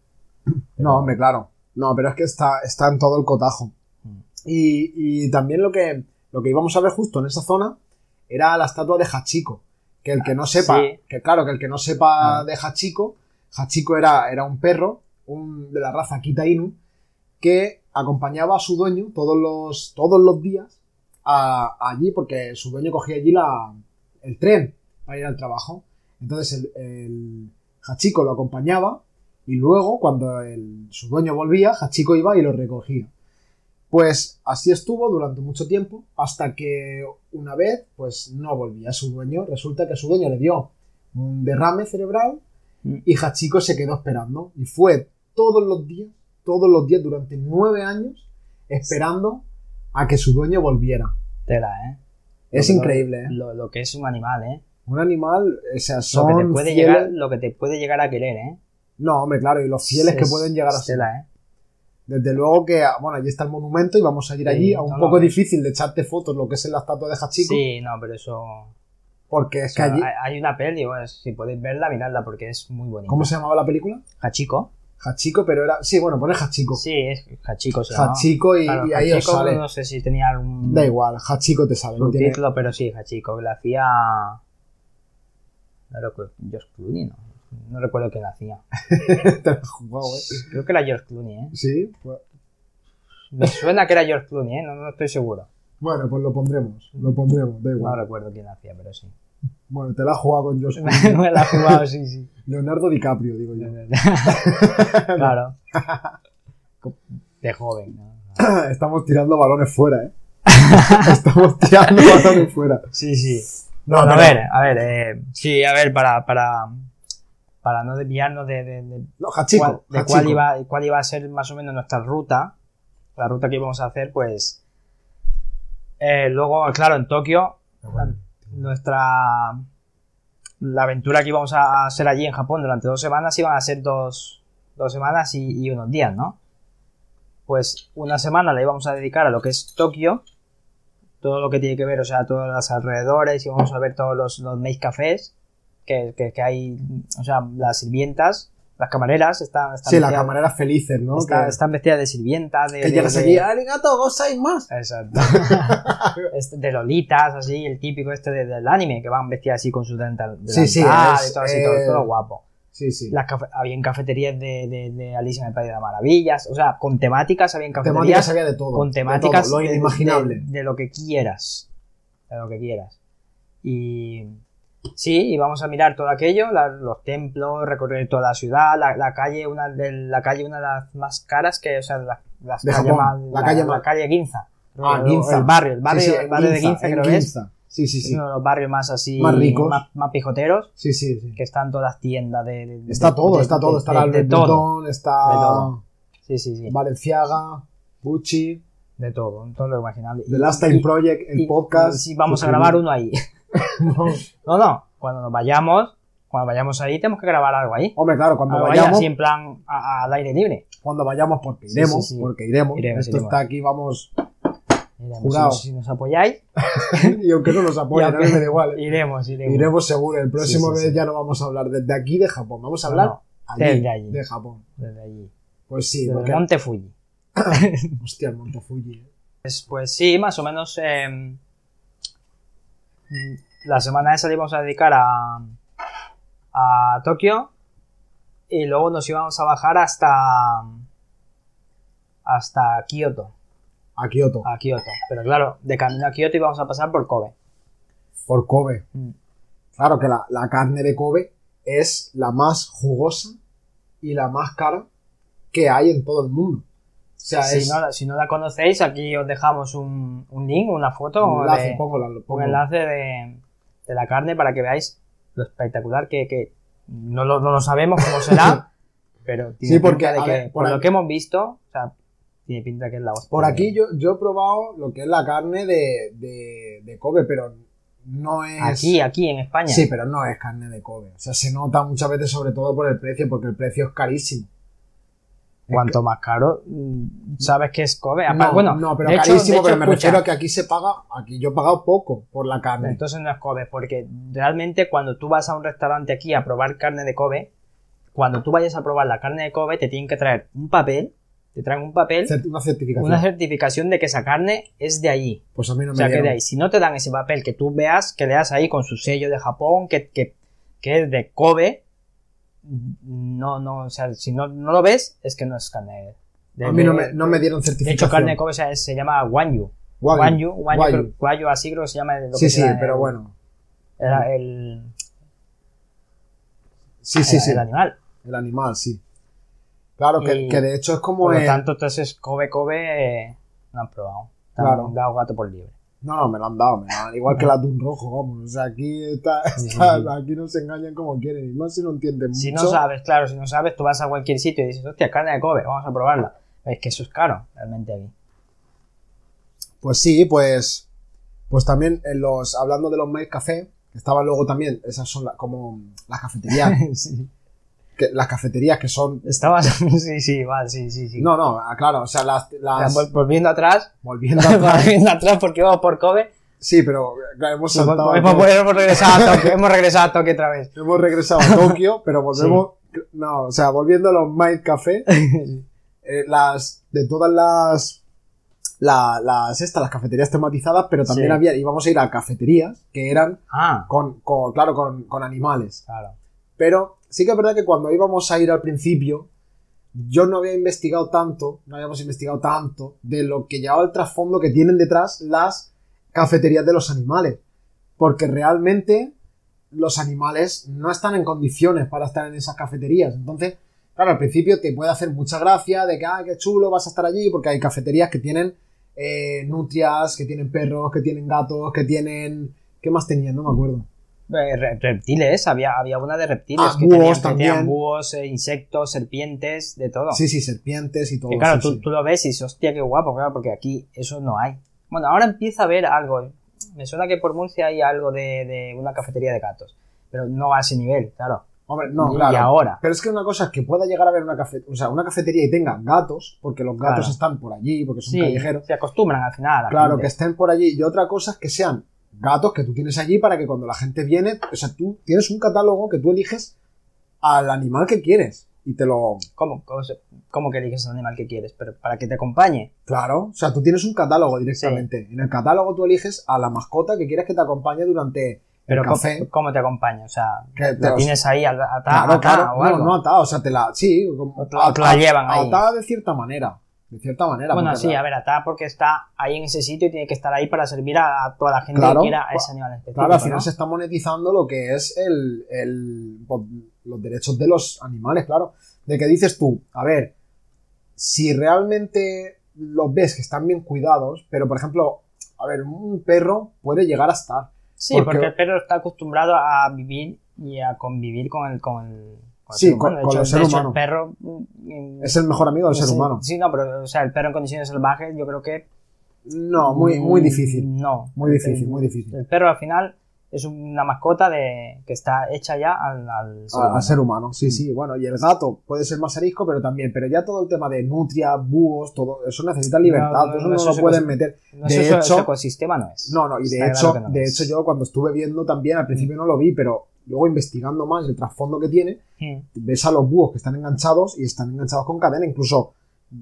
[SPEAKER 3] No, hombre, claro. No, pero es que está, está en todo el cotajo.
[SPEAKER 1] Mm.
[SPEAKER 3] Y, y también lo que, lo que íbamos a ver justo en esa zona era la estatua de Hachiko. Que el que no sepa,
[SPEAKER 1] Ah, sí.
[SPEAKER 3] que claro, que el que no sepa
[SPEAKER 1] Mm.
[SPEAKER 3] de Hachiko, Hachiko era, era un perro un, de la raza Kita Inu que acompañaba a su dueño todos los, todos los días a- allí porque su dueño cogía allí la, el tren para ir al trabajo. Entonces el, el Hachiko lo acompañaba y luego cuando el- su dueño volvía, Hachiko iba y lo recogía. Pues así estuvo durante mucho tiempo hasta que una vez pues no volvía su dueño. Resulta que su dueño le dio un derrame cerebral y Hachiko se quedó esperando y fue todos los días, todos los días durante nueve años esperando a que su dueño volviera.
[SPEAKER 1] Tela, ¿eh?
[SPEAKER 3] Es
[SPEAKER 1] Lo-
[SPEAKER 3] increíble, ¿eh?
[SPEAKER 1] Lo, lo que es un animal, ¿eh?
[SPEAKER 3] Un animal, o sea,
[SPEAKER 1] Lo
[SPEAKER 3] son
[SPEAKER 1] que, te puede
[SPEAKER 3] fieles-
[SPEAKER 1] llegar, lo que te puede llegar a querer, ¿eh?
[SPEAKER 3] No, hombre, claro, y los fieles que
[SPEAKER 1] Es-
[SPEAKER 3] pueden llegar a
[SPEAKER 1] es
[SPEAKER 3] ser.
[SPEAKER 1] Tela, ¿eh?
[SPEAKER 3] Desde luego que, ah, bueno, allí está el monumento y vamos a ir
[SPEAKER 1] Sí,
[SPEAKER 3] allí. A un
[SPEAKER 1] no, no,
[SPEAKER 3] poco
[SPEAKER 1] no.
[SPEAKER 3] difícil de echarte fotos lo que es en la estatua de Hachiko,
[SPEAKER 1] Sí, no, pero eso...
[SPEAKER 3] porque es
[SPEAKER 1] o sea,
[SPEAKER 3] que allí...
[SPEAKER 1] hay- Hay una peli, bueno, si podéis verla, miradla, porque es muy bonita.
[SPEAKER 3] ¿Cómo se llamaba la película?
[SPEAKER 1] Hachiko.
[SPEAKER 3] Hachiko, pero era... Sí, bueno, pone Hachiko.
[SPEAKER 1] Sí, es Hachiko se llama.
[SPEAKER 3] Hachiko y,
[SPEAKER 1] Claro,
[SPEAKER 3] y ahí
[SPEAKER 1] Hachiko,
[SPEAKER 3] os sale.
[SPEAKER 1] no sé si tenía algún
[SPEAKER 3] Da igual, Hachiko te sale. No tiene...
[SPEAKER 1] subtítulo, pero sí, Hachiko, que la hacía... No recuerdo, George Clooney, ¿no? No recuerdo quién la hacía.
[SPEAKER 3] te la has jugado, ¿eh?
[SPEAKER 1] Creo que era George Clooney, ¿eh?
[SPEAKER 3] Sí, pues,
[SPEAKER 1] Me suena que era George Clooney, ¿eh? No, no estoy seguro.
[SPEAKER 3] Bueno, pues lo pondremos, lo pondremos, da
[SPEAKER 1] No
[SPEAKER 3] igual.
[SPEAKER 1] recuerdo quién la hacía, pero sí.
[SPEAKER 3] Bueno, te la has jugado con Josh. Clooney.
[SPEAKER 1] Me la ha jugado, sí, sí.
[SPEAKER 3] Leonardo DiCaprio, digo yo.
[SPEAKER 1] claro. De joven, ¿no?
[SPEAKER 3] Estamos tirando balones fuera, ¿eh? Estamos tirando balones fuera.
[SPEAKER 1] Sí, sí.
[SPEAKER 3] No,
[SPEAKER 1] Bueno, a
[SPEAKER 3] pero-
[SPEAKER 1] ver, a ver, eh, sí, a ver, para, para, para no desviarnos de, de- de
[SPEAKER 3] No, Hachiko.
[SPEAKER 1] cuál, de
[SPEAKER 3] Hachiko.
[SPEAKER 1] cuál iba, cuál iba a ser más o menos nuestra ruta, la ruta que íbamos a hacer, pues eh, luego, claro, en Tokio,
[SPEAKER 3] Ah,
[SPEAKER 1] nuestra la aventura que íbamos a hacer allí en Japón durante dos semanas iban a ser dos, dos semanas y, y unos días, ¿no? Pues una semana la íbamos a dedicar a lo que es Tokio, todo lo que tiene que ver, o sea, todos los alrededores, íbamos a ver todos los, los maid cafés que, que- que hay, o sea, las sirvientas, las camareras están, están
[SPEAKER 3] Sí, las
[SPEAKER 1] vestidas-
[SPEAKER 3] camareras felices, ¿no?
[SPEAKER 1] está-
[SPEAKER 3] que,
[SPEAKER 1] están vestidas de sirvientas, de,
[SPEAKER 3] que
[SPEAKER 1] de-
[SPEAKER 3] llegas
[SPEAKER 1] de-
[SPEAKER 3] aquí, ¡arigato, gozáis más!
[SPEAKER 1] Exacto. Este, de lolitas, así, el típico este de- del anime, que van vestidas así con su dental.
[SPEAKER 3] Sí, sí,
[SPEAKER 1] delantal
[SPEAKER 3] es,
[SPEAKER 1] y todo así,
[SPEAKER 3] eh,
[SPEAKER 1] todo, todo guapo.
[SPEAKER 3] Sí, sí.
[SPEAKER 1] Las cafe- habían cafeterías de, de, de Alicia en el País de las Maravillas, o sea, con temáticas, habían
[SPEAKER 3] temáticas
[SPEAKER 1] cafeterías
[SPEAKER 3] había de todo.
[SPEAKER 1] con
[SPEAKER 3] de
[SPEAKER 1] temáticas
[SPEAKER 3] todo,
[SPEAKER 1] de-
[SPEAKER 3] lo
[SPEAKER 1] de-
[SPEAKER 3] inimaginable.
[SPEAKER 1] De, lo que quieras. De lo que quieras. Y sí, y vamos a mirar todo aquello, la- los templos, recorrer toda la ciudad, la, la calle, una de la calle, una de las más caras que, o sea, la, las
[SPEAKER 3] De
[SPEAKER 1] calles
[SPEAKER 3] Japón,
[SPEAKER 1] más-
[SPEAKER 3] la calle más-
[SPEAKER 1] la calle Ginza.
[SPEAKER 3] Ah,
[SPEAKER 1] El-
[SPEAKER 3] Ginza.
[SPEAKER 1] El barrio, el barrio,
[SPEAKER 3] Sí, sí,
[SPEAKER 1] el
[SPEAKER 3] en
[SPEAKER 1] barrio de Ginza,
[SPEAKER 3] en
[SPEAKER 1] creo que es.
[SPEAKER 3] Ginza. Sí, sí,
[SPEAKER 1] es
[SPEAKER 3] sí.
[SPEAKER 1] uno de los barrios más así
[SPEAKER 3] Más ricos.
[SPEAKER 1] más, más pijoteros,
[SPEAKER 3] Sí, sí, sí.
[SPEAKER 1] que están todas las tiendas de, de- de-
[SPEAKER 3] Está todo,
[SPEAKER 1] de-
[SPEAKER 3] está
[SPEAKER 1] de-
[SPEAKER 3] todo. Está
[SPEAKER 1] de-
[SPEAKER 3] la
[SPEAKER 1] de
[SPEAKER 3] Louis
[SPEAKER 1] todo.
[SPEAKER 3] Vuitton,
[SPEAKER 1] De
[SPEAKER 3] está
[SPEAKER 1] todo. Sí, sí, sí,
[SPEAKER 3] Valenciaga, Gucci,
[SPEAKER 1] de todo, todo lo imaginable.
[SPEAKER 3] The
[SPEAKER 1] Y-
[SPEAKER 3] Last
[SPEAKER 1] y-
[SPEAKER 3] Time Project, el
[SPEAKER 1] y-
[SPEAKER 3] podcast.
[SPEAKER 1] y si vamos a grabar uno ahí.
[SPEAKER 3] No.
[SPEAKER 1] No, no. Cuando nos vayamos, cuando vayamos ahí, tenemos que grabar algo ahí.
[SPEAKER 3] Hombre, claro, cuando
[SPEAKER 1] Algo ahí
[SPEAKER 3] vayamos,
[SPEAKER 1] así en plan a- a- al aire libre.
[SPEAKER 3] cuando vayamos, porque
[SPEAKER 1] Sí,
[SPEAKER 3] iremos,
[SPEAKER 1] sí, sí.
[SPEAKER 3] porque iremos.
[SPEAKER 1] Iremos,
[SPEAKER 3] Esto
[SPEAKER 1] iremos.
[SPEAKER 3] está aquí, vamos.
[SPEAKER 1] Iremos,
[SPEAKER 3] Jurado.
[SPEAKER 1] Si, nos, si nos apoyáis,
[SPEAKER 3] y aunque no nos
[SPEAKER 1] Y
[SPEAKER 3] apoyen, a mí
[SPEAKER 1] aunque-
[SPEAKER 3] me da igual. ¿eh?
[SPEAKER 1] iremos, iremos.
[SPEAKER 3] Iremos seguro. El próximo
[SPEAKER 1] sí,
[SPEAKER 3] mes
[SPEAKER 1] sí.
[SPEAKER 3] ya no vamos a hablar desde aquí de Japón. Vamos a
[SPEAKER 1] No,
[SPEAKER 3] hablar
[SPEAKER 1] no,
[SPEAKER 3] allí,
[SPEAKER 1] desde allí.
[SPEAKER 3] de Japón.
[SPEAKER 1] desde allí.
[SPEAKER 3] Pues sí,
[SPEAKER 1] Desde
[SPEAKER 3] porque.
[SPEAKER 1] el Monte Fuji.
[SPEAKER 3] Hostia, el Monte Fuji. eh.
[SPEAKER 1] Pues, pues sí, más o menos. eh, la semana esa le íbamos a dedicar a, a Tokio. Y luego nos íbamos a bajar hasta. hasta Kioto.
[SPEAKER 3] A Kioto,
[SPEAKER 1] A Kioto. Pero claro, de camino a Kioto íbamos a pasar por Kobe.
[SPEAKER 3] por Kobe.
[SPEAKER 1] Mm.
[SPEAKER 3] Claro que la, la carne de Kobe es la más jugosa y la más cara que hay en todo el mundo. O sea, es.
[SPEAKER 1] Si no, la- si no la conocéis, aquí os dejamos un, un link, una foto,
[SPEAKER 3] un enlace,
[SPEAKER 1] de-
[SPEAKER 3] póngala, lo
[SPEAKER 1] un
[SPEAKER 3] pongo.
[SPEAKER 1] enlace de, de la carne para que veáis lo espectacular que, que no, lo, no lo sabemos cómo será, pero tiene
[SPEAKER 3] Sí, porque,
[SPEAKER 1] pinta de
[SPEAKER 3] a
[SPEAKER 1] que,
[SPEAKER 3] ver, por
[SPEAKER 1] por, lo
[SPEAKER 3] aquí-
[SPEAKER 1] que hemos visto, o sea, tiene pinta que es la hostia.
[SPEAKER 3] Por aquí yo, yo he probado lo que es la carne de, de, de Kobe, pero no es.
[SPEAKER 1] Aquí, aquí en España.
[SPEAKER 3] Sí, pero no es carne de Kobe. O sea, se nota muchas veces, sobre todo por el precio, porque el precio es carísimo.
[SPEAKER 1] Cuanto más caro, mm, sabes que es Kobe. Aparte,
[SPEAKER 3] no,
[SPEAKER 1] bueno,
[SPEAKER 3] no, pero
[SPEAKER 1] de hecho-
[SPEAKER 3] carísimo,
[SPEAKER 1] de hecho,
[SPEAKER 3] pero me
[SPEAKER 1] escucha,
[SPEAKER 3] refiero a que aquí se paga, aquí yo he pagado poco por la carne.
[SPEAKER 1] Entonces no es Kobe, porque realmente cuando tú vas a un restaurante aquí a probar carne de Kobe, cuando tú vayas a probar la carne de Kobe, te tienen que traer un papel, te traen un papel,
[SPEAKER 3] Cer- Una certificación.
[SPEAKER 1] una certificación de que esa carne es de allí.
[SPEAKER 3] Pues a mí no
[SPEAKER 1] O
[SPEAKER 3] me
[SPEAKER 1] sea, que de
[SPEAKER 3] dieron.
[SPEAKER 1] ahí. Si no te dan ese papel que tú veas, que leas ahí con su sello de Japón, que, que, que es de Kobe, no, no, o sea, si no, no lo ves, es que no es carne. De,
[SPEAKER 3] A mí no me,
[SPEAKER 1] de-
[SPEAKER 3] no me dieron
[SPEAKER 1] de
[SPEAKER 3] certificación.
[SPEAKER 1] hecho, carne de Kobe se, se llama Wanyu.
[SPEAKER 3] Wagyu.
[SPEAKER 1] Wanyu, Wanyu,
[SPEAKER 3] Wagyu.
[SPEAKER 1] creo- Wagyu así creo que se llama. lo que eh,
[SPEAKER 3] Sí, sí,
[SPEAKER 1] se llama
[SPEAKER 3] pero
[SPEAKER 1] el-
[SPEAKER 3] bueno.
[SPEAKER 1] Era el,
[SPEAKER 3] Sí, sí,
[SPEAKER 1] el-
[SPEAKER 3] sí.
[SPEAKER 1] el animal.
[SPEAKER 3] El animal, sí. Claro, que,
[SPEAKER 1] Y-
[SPEAKER 3] que de hecho es como
[SPEAKER 1] Por lo
[SPEAKER 3] el-
[SPEAKER 1] tanto, entonces Kobe Kobe eh, no han probado. Te
[SPEAKER 3] Claro.
[SPEAKER 1] Han dado gato por libre.
[SPEAKER 3] No, no, me lo han dado, me lo han dado. Igual que el atún rojo, vamos. O sea, aquí, está,
[SPEAKER 1] Sí, sí,
[SPEAKER 3] está-
[SPEAKER 1] sí.
[SPEAKER 3] aquí no se engañan como quieren. Y más si no entienden
[SPEAKER 1] Si no
[SPEAKER 3] mucho.
[SPEAKER 1] sabes, claro, si no sabes, tú vas a cualquier sitio y dices, hostia, carne de Kobe, vamos a probarla. Es que eso es caro, realmente aquí.
[SPEAKER 3] Pues sí, pues. Pues también en los. Hablando de los Mail Café, que estaban luego también. Esas son la- como las cafeterías.
[SPEAKER 1] Sí.
[SPEAKER 3] que, las cafeterías que son.
[SPEAKER 1] Estabas, sí, sí, vale, sí, sí, sí.
[SPEAKER 3] No, no, ah, claro, o sea, las. las-
[SPEAKER 1] Vol- Volviendo atrás,
[SPEAKER 3] volviendo atrás.
[SPEAKER 1] volviendo atrás porque vamos por Kobe,
[SPEAKER 3] Sí, pero claro, hemos
[SPEAKER 1] hemos,
[SPEAKER 3] saltado.
[SPEAKER 1] hemos- hemos regresado a Tokio, hemos regresado a Tokio otra vez.
[SPEAKER 3] Hemos regresado a Tokio, pero volvemos. No, o sea, volviendo a los Mind Café, eh, las. De todas las. la- las estas, las cafeterías tematizadas, pero también
[SPEAKER 1] Sí.
[SPEAKER 3] había. Íbamos a ir a cafeterías que eran
[SPEAKER 1] Ah,
[SPEAKER 3] con. con claro, con, con animales.
[SPEAKER 1] claro.
[SPEAKER 3] Pero sí que es verdad que cuando íbamos a ir al principio, yo no había investigado tanto, no habíamos investigado tanto de lo que llevaba el trasfondo que tienen detrás las cafeterías de los animales. Porque realmente los animales no están en condiciones para estar en esas cafeterías. Entonces, claro, al principio te puede hacer mucha gracia de que, ah, qué chulo, vas a estar allí, porque hay cafeterías que tienen eh, nutrias, que tienen perros, que tienen gatos, que tienen... ¿Qué más tenían? No me acuerdo.
[SPEAKER 1] Eh, re- reptiles, había, había una de reptiles
[SPEAKER 3] Ah,
[SPEAKER 1] que,
[SPEAKER 3] búhos
[SPEAKER 1] tenían, que tenían
[SPEAKER 3] también.
[SPEAKER 1] búhos, eh, insectos, serpientes, de todo.
[SPEAKER 3] Sí, sí, serpientes y todo.
[SPEAKER 1] Que claro,
[SPEAKER 3] sí,
[SPEAKER 1] tú,
[SPEAKER 3] sí.
[SPEAKER 1] tú lo ves y dices, hostia, qué guapo, claro, porque aquí eso no hay. Bueno, ahora empieza a haber algo. Me suena que por Murcia hay algo de, de una cafetería de gatos, pero no a ese nivel, claro.
[SPEAKER 3] Hombre, no,
[SPEAKER 1] y,
[SPEAKER 3] claro.
[SPEAKER 1] y ahora.
[SPEAKER 3] Pero es que una cosa es que pueda llegar a haber una, cafe- o sea, una cafetería y tenga gatos, porque los gatos
[SPEAKER 1] Claro.
[SPEAKER 3] están por allí, porque son
[SPEAKER 1] Sí,
[SPEAKER 3] callejeros.
[SPEAKER 1] se acostumbran al final. a la
[SPEAKER 3] Claro,
[SPEAKER 1] gente.
[SPEAKER 3] que estén por allí. Y otra cosa es que sean gatos que tú tienes allí para que cuando la gente viene, o sea, tú tienes un catálogo que tú eliges al animal que quieres. Y te lo...
[SPEAKER 1] ¿Cómo, cómo se- cómo que eliges el animal que quieres? Pero para que te acompañe.
[SPEAKER 3] Claro, o sea, tú tienes un catálogo directamente. En el catálogo tú eliges a la mascota que quieres que te acompañe durante
[SPEAKER 1] Pero
[SPEAKER 3] el
[SPEAKER 1] ¿cómo,
[SPEAKER 3] café.
[SPEAKER 1] cómo te acompaña? O sea,
[SPEAKER 3] Que te
[SPEAKER 1] la
[SPEAKER 3] los-
[SPEAKER 1] tienes ahí at- atada
[SPEAKER 3] Claro,
[SPEAKER 1] atada
[SPEAKER 3] claro.
[SPEAKER 1] o algo.
[SPEAKER 3] No, no atada, o sea, te la... Sí, como-
[SPEAKER 1] O te la- te la llevan ahí.
[SPEAKER 3] Atada de cierta manera. De cierta manera.
[SPEAKER 1] bueno,
[SPEAKER 3] porque
[SPEAKER 1] sí,
[SPEAKER 3] la-
[SPEAKER 1] a ver, atada porque está ahí en ese sitio y tiene que estar ahí para servir a, a toda la gente
[SPEAKER 3] Claro.
[SPEAKER 1] que quiera a ese animal específico.
[SPEAKER 3] Claro, al final
[SPEAKER 1] ¿no?
[SPEAKER 3] se está monetizando lo que es el, el- pues, los derechos de los animales, claro. De que dices tú, a ver, si realmente los ves que están bien cuidados, pero por ejemplo, a ver, un perro puede llegar a estar.
[SPEAKER 1] Sí,
[SPEAKER 3] Porque-
[SPEAKER 1] porque, el perro está acostumbrado a vivir y a convivir con el, con el, con el
[SPEAKER 3] Sí,
[SPEAKER 1] ser humano.
[SPEAKER 3] con-
[SPEAKER 1] De
[SPEAKER 3] con
[SPEAKER 1] hecho,
[SPEAKER 3] el ser
[SPEAKER 1] de hecho,
[SPEAKER 3] humano.
[SPEAKER 1] el perro... mm,
[SPEAKER 3] Es el mejor amigo del
[SPEAKER 1] no
[SPEAKER 3] ser
[SPEAKER 1] sé,
[SPEAKER 3] humano.
[SPEAKER 1] Sí, no, pero o sea, el perro en condiciones salvajes yo creo que...
[SPEAKER 3] No, muy, muy
[SPEAKER 1] mm,
[SPEAKER 3] difícil.
[SPEAKER 1] No.
[SPEAKER 3] Muy difícil,
[SPEAKER 1] El-
[SPEAKER 3] muy difícil.
[SPEAKER 1] El perro al final es una mascota de que está hecha ya al, al ser
[SPEAKER 3] A-
[SPEAKER 1] humano.
[SPEAKER 3] Al ser humano,
[SPEAKER 1] Mm.
[SPEAKER 3] sí, sí. Bueno, y el gato puede ser más arisco, pero también. Pero ya todo el tema de nutria, búhos, todo eso necesita libertad.
[SPEAKER 1] no,
[SPEAKER 3] eso
[SPEAKER 1] no,
[SPEAKER 3] no,
[SPEAKER 1] eso
[SPEAKER 3] lo
[SPEAKER 1] se
[SPEAKER 3] pueden
[SPEAKER 1] consi-
[SPEAKER 3] meter.
[SPEAKER 1] No
[SPEAKER 3] de
[SPEAKER 1] sé, eso-
[SPEAKER 3] hecho-
[SPEAKER 1] ese ecosistema no es.
[SPEAKER 3] No, no, y de
[SPEAKER 1] Está
[SPEAKER 3] hecho,
[SPEAKER 1] claro que no
[SPEAKER 3] de
[SPEAKER 1] es.
[SPEAKER 3] hecho yo cuando estuve viendo también, al principio no lo vi, pero luego investigando más el trasfondo que tiene,
[SPEAKER 1] Mm.
[SPEAKER 3] ves a los búhos que están enganchados y están enganchados con cadena, incluso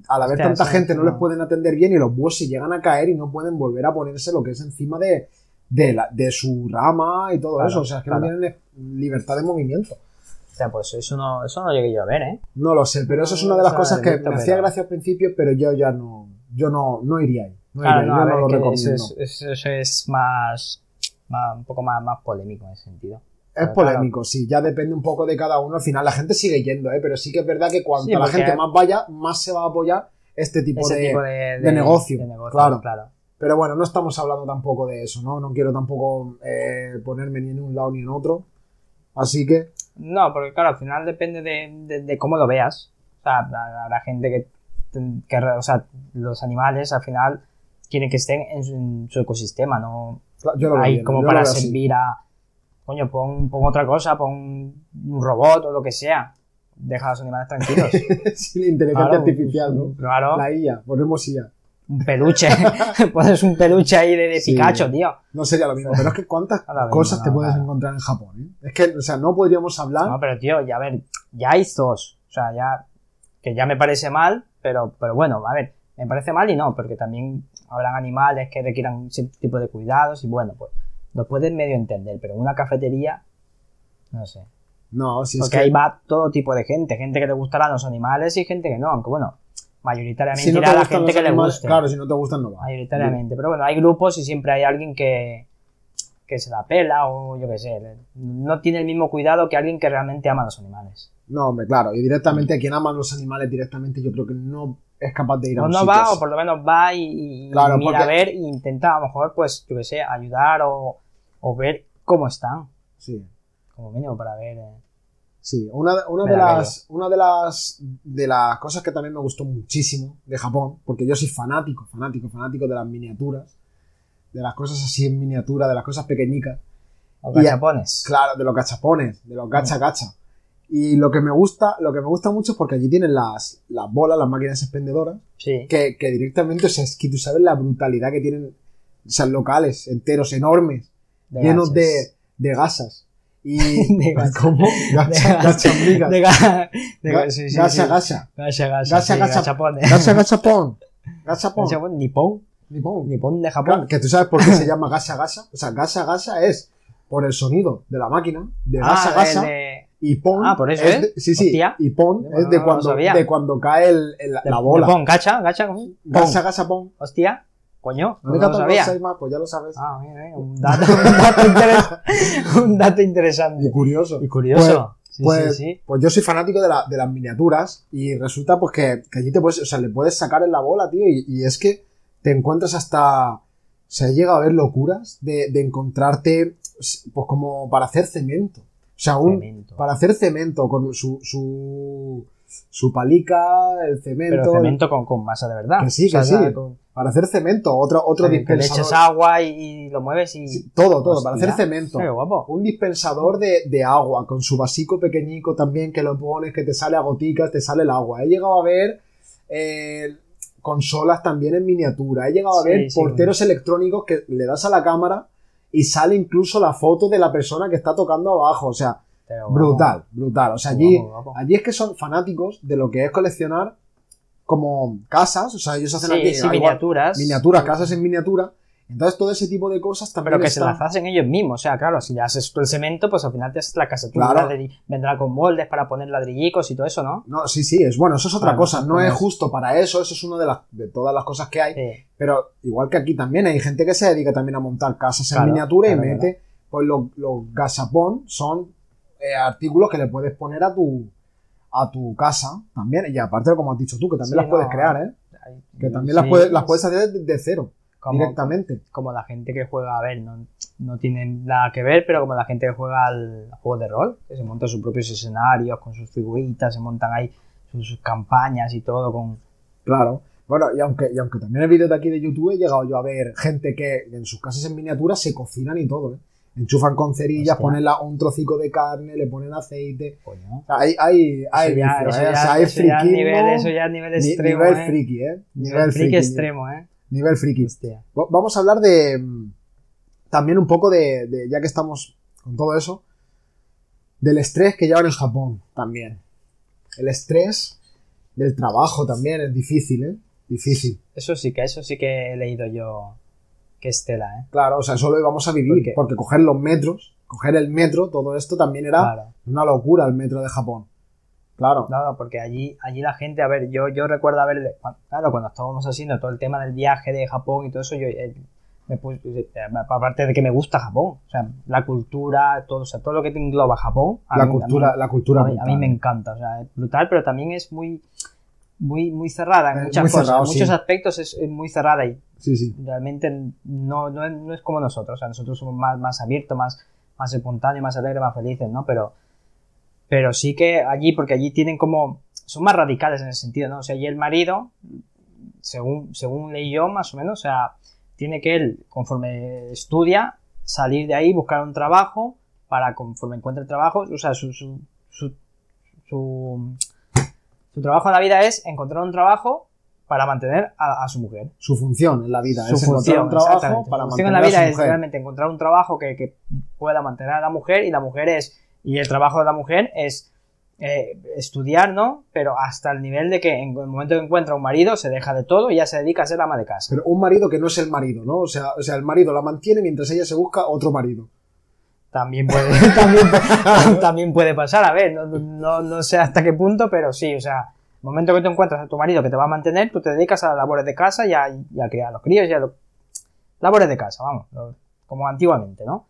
[SPEAKER 3] al haber
[SPEAKER 1] Hostia,
[SPEAKER 3] tanta
[SPEAKER 1] eso
[SPEAKER 3] gente no,
[SPEAKER 1] no.
[SPEAKER 3] les pueden atender bien y los búhos se llegan a caer y no pueden volver a ponerse lo que es encima de, de, la- de su rama y todo
[SPEAKER 1] Claro,
[SPEAKER 3] eso, o sea, es que no
[SPEAKER 1] claro.
[SPEAKER 3] tienen libertad de movimiento.
[SPEAKER 1] O sea, pues eso no, eso no llegué yo a ver, ¿eh?
[SPEAKER 3] No lo sé, pero eso es una de las
[SPEAKER 1] No, o sea,
[SPEAKER 3] cosas que me
[SPEAKER 1] directo,
[SPEAKER 3] hacía
[SPEAKER 1] pero-
[SPEAKER 3] gracia al principio, pero yo ya no, yo no, no iría ahí. No
[SPEAKER 1] Claro,
[SPEAKER 3] iría
[SPEAKER 1] Ah, no,
[SPEAKER 3] ahí,
[SPEAKER 1] a
[SPEAKER 3] yo
[SPEAKER 1] ver,
[SPEAKER 3] no lo
[SPEAKER 1] que
[SPEAKER 3] recomiendo.
[SPEAKER 1] eso es, eso- eso es más, más- un poco más, más polémico en ese sentido.
[SPEAKER 3] Es
[SPEAKER 1] Pero
[SPEAKER 3] polémico, sí, ya depende un poco de cada uno. Al final la gente sigue yendo, ¿eh? pero sí que es verdad que cuanto
[SPEAKER 1] Sí,
[SPEAKER 3] la
[SPEAKER 1] porque-
[SPEAKER 3] gente más vaya, más se va a apoyar este tipo,
[SPEAKER 1] Ese
[SPEAKER 3] de...
[SPEAKER 1] tipo de, de,
[SPEAKER 3] negocio,
[SPEAKER 1] de negocio,
[SPEAKER 3] claro.
[SPEAKER 1] claro.
[SPEAKER 3] Pero bueno, no estamos hablando tampoco de eso, ¿no? No quiero tampoco eh, ponerme ni en un lado ni en otro. Así que,
[SPEAKER 1] No, porque claro, al final depende de, de- de cómo lo veas. O sea, habrá habrá gente que, ten- que re- o sea, los animales al final quieren que estén en su, en su ecosistema, no
[SPEAKER 3] cla- yo lo veo
[SPEAKER 1] hay
[SPEAKER 3] bien,
[SPEAKER 1] como
[SPEAKER 3] yo lo
[SPEAKER 1] para
[SPEAKER 3] veo así.
[SPEAKER 1] servir a... Coño, pon, pon otra cosa, pon un robot o lo que sea. Deja a los animales tranquilos.
[SPEAKER 3] Sí, la inteligencia
[SPEAKER 1] Claro,
[SPEAKER 3] artificial, ¿no?
[SPEAKER 1] Claro.
[SPEAKER 3] La IA, ponemos IA.
[SPEAKER 1] un peluche. Pones un peluche ahí de, de
[SPEAKER 3] Sí.
[SPEAKER 1] Pikachu, tío.
[SPEAKER 3] No sería lo mismo, pero es que cuántas
[SPEAKER 1] A la vez,
[SPEAKER 3] cosas te
[SPEAKER 1] no,
[SPEAKER 3] puedes
[SPEAKER 1] no.
[SPEAKER 3] encontrar en Japón, ¿eh? Es que, o sea, no podríamos hablar...
[SPEAKER 1] No, pero tío, ya a ver, ya hay zoos. O sea, ya. Que ya me parece mal, pero, pero bueno, a ver, me parece mal y no, porque también habrán animales que requieran cierto tipo de cuidados y bueno, pues lo puedes medio entender, pero en una cafetería, no sé.
[SPEAKER 3] No, si es
[SPEAKER 1] Porque
[SPEAKER 3] que...
[SPEAKER 1] ahí va todo tipo de gente, gente que le gustarán los animales y gente que no, aunque bueno, mayoritariamente
[SPEAKER 3] si no te
[SPEAKER 1] irá la
[SPEAKER 3] gustan
[SPEAKER 1] gente
[SPEAKER 3] los
[SPEAKER 1] que
[SPEAKER 3] animales-
[SPEAKER 1] le guste.
[SPEAKER 3] Claro, si no te gustan no va.
[SPEAKER 1] mayoritariamente. Pero bueno, hay grupos y siempre hay alguien que, que se la pela o yo qué sé. le- No tiene el mismo cuidado que alguien que realmente ama a los animales.
[SPEAKER 3] No, hombre, claro. Y directamente a quien ama los animales directamente, yo creo que no es capaz de ir a
[SPEAKER 1] O
[SPEAKER 3] un
[SPEAKER 1] Pues no
[SPEAKER 3] sitio
[SPEAKER 1] va,
[SPEAKER 3] así.
[SPEAKER 1] o por lo menos va y, y
[SPEAKER 3] Claro,
[SPEAKER 1] mira
[SPEAKER 3] porque-
[SPEAKER 1] a ver e intenta a lo mejor, pues, yo qué sé, ayudar o, o ver cómo están,
[SPEAKER 3] Sí,
[SPEAKER 1] como mínimo, para ver. eh.
[SPEAKER 3] sí. Una, una
[SPEAKER 1] Me
[SPEAKER 3] de
[SPEAKER 1] la
[SPEAKER 3] las, una de las de las cosas que también me gustó muchísimo de Japón, porque yo soy fanático, fanático, fanático de las miniaturas, de las cosas así en miniatura, de las cosas pequeñicas.
[SPEAKER 1] O
[SPEAKER 3] Y a-
[SPEAKER 1] cachapones.
[SPEAKER 3] Claro, de los cachapones, de los
[SPEAKER 1] Mm.
[SPEAKER 3] gacha gacha. Y lo que me gusta, lo que me gusta mucho es porque allí tienen las, las bolas, las máquinas expendedoras,
[SPEAKER 1] Sí.
[SPEAKER 3] que, que directamente, o sea, es que tú sabes la brutalidad que tienen, o sea, locales enteros, enormes.
[SPEAKER 1] de
[SPEAKER 3] llenos de,
[SPEAKER 1] gases.
[SPEAKER 3] de gasas. Y
[SPEAKER 1] De gasas.
[SPEAKER 3] ¿Cómo? Gacha,
[SPEAKER 1] De
[SPEAKER 3] gacha, amiga.
[SPEAKER 1] De ga- de ga-
[SPEAKER 3] Ga-
[SPEAKER 1] sí, sí,
[SPEAKER 3] gacha,
[SPEAKER 1] sí.
[SPEAKER 3] gacha.
[SPEAKER 1] Gacha, gacha,
[SPEAKER 3] Gacha,
[SPEAKER 1] sí,
[SPEAKER 3] gacha-
[SPEAKER 1] gachapones.
[SPEAKER 3] Gacha, gacha, pon. Gacha, pon.
[SPEAKER 1] Gachapón, Nippon,
[SPEAKER 3] Nipón.
[SPEAKER 1] Nippon de Japón.
[SPEAKER 3] Que tú sabes por qué se llama gacha, gacha. O sea, gacha, gacha es por el sonido de la máquina, de
[SPEAKER 1] Ah,
[SPEAKER 3] gacha,
[SPEAKER 1] de-
[SPEAKER 3] gacha.
[SPEAKER 1] de-
[SPEAKER 3] Y Pon.
[SPEAKER 1] Ah, por eso,
[SPEAKER 3] es
[SPEAKER 1] ¿eh?
[SPEAKER 3] de- Sí, sí.
[SPEAKER 1] Hostia.
[SPEAKER 3] Y Pon
[SPEAKER 1] Bueno,
[SPEAKER 3] es de
[SPEAKER 1] no lo
[SPEAKER 3] cuando,
[SPEAKER 1] sabía.
[SPEAKER 3] de cuando cae el, el-
[SPEAKER 1] De-
[SPEAKER 3] la bola.
[SPEAKER 1] de Pon, gacha, gacha. ¿cómo? Pon.
[SPEAKER 3] Gasa, gasa, Pon.
[SPEAKER 1] Hostia, coño, no,
[SPEAKER 3] Meta
[SPEAKER 1] lo
[SPEAKER 3] por
[SPEAKER 1] sabía.
[SPEAKER 3] Gasa y más, pues ya lo sabes.
[SPEAKER 1] Ah, mira, mira, un dato, un dato, interes- un dato
[SPEAKER 3] Y
[SPEAKER 1] interesante.
[SPEAKER 3] curioso.
[SPEAKER 1] Y curioso. sí,
[SPEAKER 3] pues-
[SPEAKER 1] sí, sí.
[SPEAKER 3] Pues yo soy fanático de, la- de las miniaturas y resulta pues que, que allí te puedes, o sea, le puedes sacar en la bola, tío, y, y es que te encuentras hasta, se llega a ver locuras de, de encontrarte, pues como para hacer cemento. O sea, un,
[SPEAKER 1] Cemento.
[SPEAKER 3] para hacer cemento con su, su, su palica, el
[SPEAKER 1] Pero
[SPEAKER 3] cemento,
[SPEAKER 1] cemento con, con masa de verdad.
[SPEAKER 3] Que sí, que sí.
[SPEAKER 1] ya con-
[SPEAKER 3] para hacer cemento, otro, otro
[SPEAKER 1] que le echas
[SPEAKER 3] dispensador.
[SPEAKER 1] agua y, y lo mueves y.
[SPEAKER 3] Sí, todo, todo, para
[SPEAKER 1] Hostia.
[SPEAKER 3] hacer cemento.
[SPEAKER 1] Qué guapo.
[SPEAKER 3] Un dispensador de, de agua, con su vasico pequeñico también, que lo pones, que te sale a goticas, te sale el agua. He llegado a ver eh, consolas también en miniatura. He llegado a
[SPEAKER 1] Sí,
[SPEAKER 3] ver
[SPEAKER 1] sí.
[SPEAKER 3] porteros electrónicos que le das a la cámara y sale incluso la foto de la persona que está tocando abajo. O sea,
[SPEAKER 1] Qué guapo.
[SPEAKER 3] brutal, brutal. O sea,
[SPEAKER 1] Qué
[SPEAKER 3] allí,
[SPEAKER 1] guapo, guapo.
[SPEAKER 3] allí es que son fanáticos de lo que es coleccionar como casas. O sea, ellos hacen
[SPEAKER 1] Sí,
[SPEAKER 3] aquí
[SPEAKER 1] sí,
[SPEAKER 3] igual,
[SPEAKER 1] miniaturas.
[SPEAKER 3] miniaturas, casas en miniatura. Entonces todo ese tipo de cosas también
[SPEAKER 1] Pero que se
[SPEAKER 3] están-
[SPEAKER 1] las hacen ellos mismos. O sea, claro, si le haces tú el cemento, pues al final te haces la casa. Tú
[SPEAKER 3] Claro.
[SPEAKER 1] ladri- vendrá con moldes para poner ladrillicos y todo eso, ¿no?
[SPEAKER 3] No, sí, sí, es bueno, eso es otra
[SPEAKER 1] Claro,
[SPEAKER 3] cosa, no
[SPEAKER 1] pues-
[SPEAKER 3] es justo para eso, eso es una de, las, de todas las cosas que hay,
[SPEAKER 1] Sí.
[SPEAKER 3] pero igual que aquí también hay gente que se dedica también a montar casas en
[SPEAKER 1] Claro,
[SPEAKER 3] miniatura y
[SPEAKER 1] claro,
[SPEAKER 3] mete, pues los, los gasapón son eh, artículos que le puedes poner a tu a tu casa también, y aparte como has dicho tú, que también
[SPEAKER 1] Sí,
[SPEAKER 3] las puedes
[SPEAKER 1] no,
[SPEAKER 3] crear, ¿eh?
[SPEAKER 1] Ay,
[SPEAKER 3] que también
[SPEAKER 1] sí.
[SPEAKER 3] las, puedes, las puedes hacer de, de cero,
[SPEAKER 1] Como-
[SPEAKER 3] directamente.
[SPEAKER 1] como la gente que juega, a ver, no, no tienen nada que ver, pero como la gente que juega al juego de rol, que se monta sus propios escenarios con sus figuritas, se montan ahí sus, sus campañas y todo con...
[SPEAKER 3] Claro. Bueno, y aunque, y aunque también el vídeo de aquí de YouTube he llegado yo a ver gente que en sus casas en miniatura se cocinan y todo, ¿eh? Enchufan con cerillas,
[SPEAKER 1] Hostia.
[SPEAKER 3] ponen la- un trocico de carne, le ponen aceite.
[SPEAKER 1] Coño.
[SPEAKER 3] O sea, Hay, hay, hay
[SPEAKER 1] Eso ya-
[SPEAKER 3] vicio,
[SPEAKER 1] eso
[SPEAKER 3] ¿eh? O
[SPEAKER 1] ya-
[SPEAKER 3] sea, hay
[SPEAKER 1] eso ya es
[SPEAKER 3] friquismo,
[SPEAKER 1] nivel- eso ya es nivel
[SPEAKER 3] ni-
[SPEAKER 1] extremo,
[SPEAKER 3] nivel
[SPEAKER 1] ¿eh?
[SPEAKER 3] friki, ¿eh?
[SPEAKER 1] Nivel friki extremo, ¿eh?
[SPEAKER 3] Nivel friki.
[SPEAKER 1] Hostia.
[SPEAKER 3] Va- Vamos a hablar de. mm, También un poco de, de- Ya que estamos con todo eso. Del estrés que llevan en Japón también. El estrés del trabajo también es difícil, ¿eh? Difícil.
[SPEAKER 1] Eso sí que, eso sí que he leído yo que es tela, ¿eh?
[SPEAKER 3] Claro, o sea, solo íbamos a vivir.
[SPEAKER 1] ¿Por qué?
[SPEAKER 3] porque coger los metros, coger el metro, todo esto también era
[SPEAKER 1] Claro.
[SPEAKER 3] una locura el metro de Japón. Claro,
[SPEAKER 1] No, no, porque allí, allí la gente, a ver, yo, yo recuerdo haber, cuan- claro, cuando estábamos haciendo todo el tema del viaje de Japón y todo eso, yo eh, me puse, eh, aparte de que me gusta Japón, o sea, la cultura, todo, o sea, todo lo que te engloba Japón, a
[SPEAKER 3] la
[SPEAKER 1] mí
[SPEAKER 3] cultura,
[SPEAKER 1] también-
[SPEAKER 3] la cultura.
[SPEAKER 1] a mí- a, mí,
[SPEAKER 3] brutal.
[SPEAKER 1] me encanta, o sea, es brutal, pero también es muy, muy, muy cerrada en
[SPEAKER 3] Es
[SPEAKER 1] muchas
[SPEAKER 3] muy
[SPEAKER 1] cosas,
[SPEAKER 3] cerrado,
[SPEAKER 1] en muchos
[SPEAKER 3] sí.
[SPEAKER 1] aspectos es, es muy cerrada y
[SPEAKER 3] Sí, sí.
[SPEAKER 1] realmente no, no, es- no es como nosotros, o sea, nosotros somos más, más abiertos, más, más espontáneos, más alegres, más felices, ¿no? Pero, pero sí que allí, porque allí tienen como, son más radicales en ese sentido, ¿no? O sea, allí el marido, según, según leí yo más o menos, o sea, tiene que él, conforme estudia, salir de ahí, buscar un trabajo, para conforme encuentre el trabajo, o sea, su, su, su, su, su trabajo en la vida es encontrar un trabajo para mantener a- a su mujer
[SPEAKER 3] Su función en la vida
[SPEAKER 1] su
[SPEAKER 3] es
[SPEAKER 1] función,
[SPEAKER 3] encontrar un trabajo
[SPEAKER 1] exactamente.
[SPEAKER 3] para
[SPEAKER 1] Su función
[SPEAKER 3] mantener
[SPEAKER 1] en la
[SPEAKER 3] a
[SPEAKER 1] vida
[SPEAKER 3] su
[SPEAKER 1] es
[SPEAKER 3] mujer.
[SPEAKER 1] realmente encontrar un trabajo que, que pueda mantener a la mujer y la mujer es y el trabajo de la mujer es eh, estudiar no pero hasta el nivel de que en el momento que encuentra un marido se deja de todo y ya se dedica a ser ama de casa
[SPEAKER 3] Pero un marido que no es el marido, ¿no? O sea, o sea, el marido la mantiene mientras ella se busca otro marido.
[SPEAKER 1] también puede también, pu- también puede pasar a ver no, no, no sé hasta qué punto pero sí o sea el momento que tú encuentras a tu marido que te va a mantener tú te dedicas a las labores de casa y a, y a criar a los críos y a los labores de casa vamos lo- como antiguamente no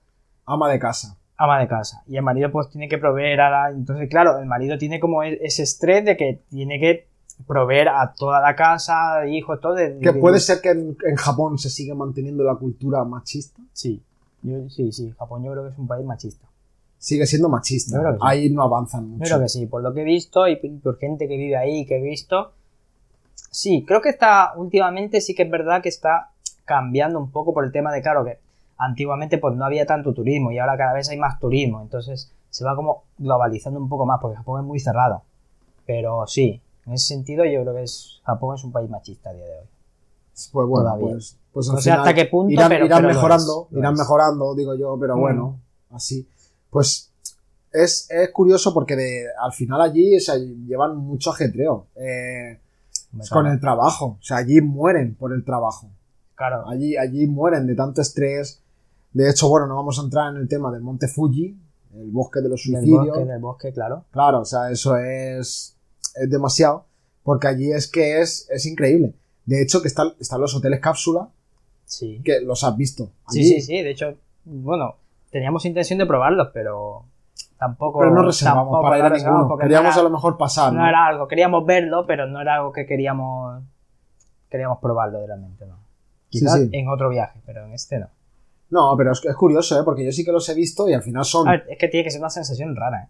[SPEAKER 3] Ama de casa.
[SPEAKER 1] ama de casa. Y el marido pues tiene que proveer a la... Entonces, claro, el marido tiene como e- ese estrés de que tiene que proveer a toda la casa, hijos, todo. De,
[SPEAKER 3] Que
[SPEAKER 1] de-
[SPEAKER 3] puede ser que en, en Japón se siga manteniendo la cultura machista.
[SPEAKER 1] Sí. Yo- sí, sí. Japón yo creo que es un país machista.
[SPEAKER 3] Sigue siendo
[SPEAKER 1] Yo
[SPEAKER 3] machista.
[SPEAKER 1] creo que sí.
[SPEAKER 3] Ahí no avanzan
[SPEAKER 1] Yo
[SPEAKER 3] mucho.
[SPEAKER 1] creo que sí. Por lo que he visto y p- por gente que vive ahí que he visto. Sí, creo que está... Últimamente sí que es verdad que está cambiando un poco por el tema de, claro, que antiguamente pues no había tanto turismo y ahora cada vez hay más turismo. Entonces se va como globalizando un poco más porque Japón es muy cerrado. Pero sí, en ese sentido yo creo que es, Japón es un país machista a día de hoy.
[SPEAKER 3] Pues bueno,
[SPEAKER 1] Todavía.
[SPEAKER 3] pues, pues al
[SPEAKER 1] No sé hasta
[SPEAKER 3] final
[SPEAKER 1] qué punto,
[SPEAKER 3] irán,
[SPEAKER 1] pero,
[SPEAKER 3] irán
[SPEAKER 1] pero lo
[SPEAKER 3] mejorando,
[SPEAKER 1] es, lo
[SPEAKER 3] irán
[SPEAKER 1] es.
[SPEAKER 3] mejorando, digo yo, pero
[SPEAKER 1] Mm.
[SPEAKER 3] bueno, así. Pues es, es curioso porque de- al final allí o sea, llevan mucho ajetreo eh,
[SPEAKER 1] Me
[SPEAKER 3] con
[SPEAKER 1] cago.
[SPEAKER 3] el trabajo. O sea, allí mueren por el trabajo.
[SPEAKER 1] Claro,
[SPEAKER 3] Allí, allí mueren de tanto estrés. De hecho, bueno, no vamos a entrar en el tema del Monte Fuji, el bosque de los
[SPEAKER 1] En el
[SPEAKER 3] suicidios.
[SPEAKER 1] bosque, en el bosque, claro.
[SPEAKER 3] Claro, o sea, eso es, es demasiado, porque allí es que es, es increíble. De hecho, que están, están los hoteles cápsula,
[SPEAKER 1] Sí.
[SPEAKER 3] que los has visto.
[SPEAKER 1] Sí,
[SPEAKER 3] allí.
[SPEAKER 1] sí, sí. De hecho, bueno, teníamos intención de probarlos, pero tampoco.
[SPEAKER 3] Pero no reservamos
[SPEAKER 1] tampoco
[SPEAKER 3] para ir a
[SPEAKER 1] lo reservamos
[SPEAKER 3] ninguno.
[SPEAKER 1] porque
[SPEAKER 3] Queríamos
[SPEAKER 1] no,
[SPEAKER 3] a
[SPEAKER 1] era,
[SPEAKER 3] lo mejor pasar.
[SPEAKER 1] no
[SPEAKER 3] ¿no?
[SPEAKER 1] era algo, queríamos verlo, pero no era algo que queríamos. Queríamos probarlo realmente, ¿no?
[SPEAKER 3] Sí,
[SPEAKER 1] Quizás
[SPEAKER 3] sí.
[SPEAKER 1] en otro viaje, pero en este no.
[SPEAKER 3] No, pero es, es curioso, ¿eh? porque yo sí que los he visto y al final son,
[SPEAKER 1] A ver, es que tiene que ser una sensación rara, ¿eh?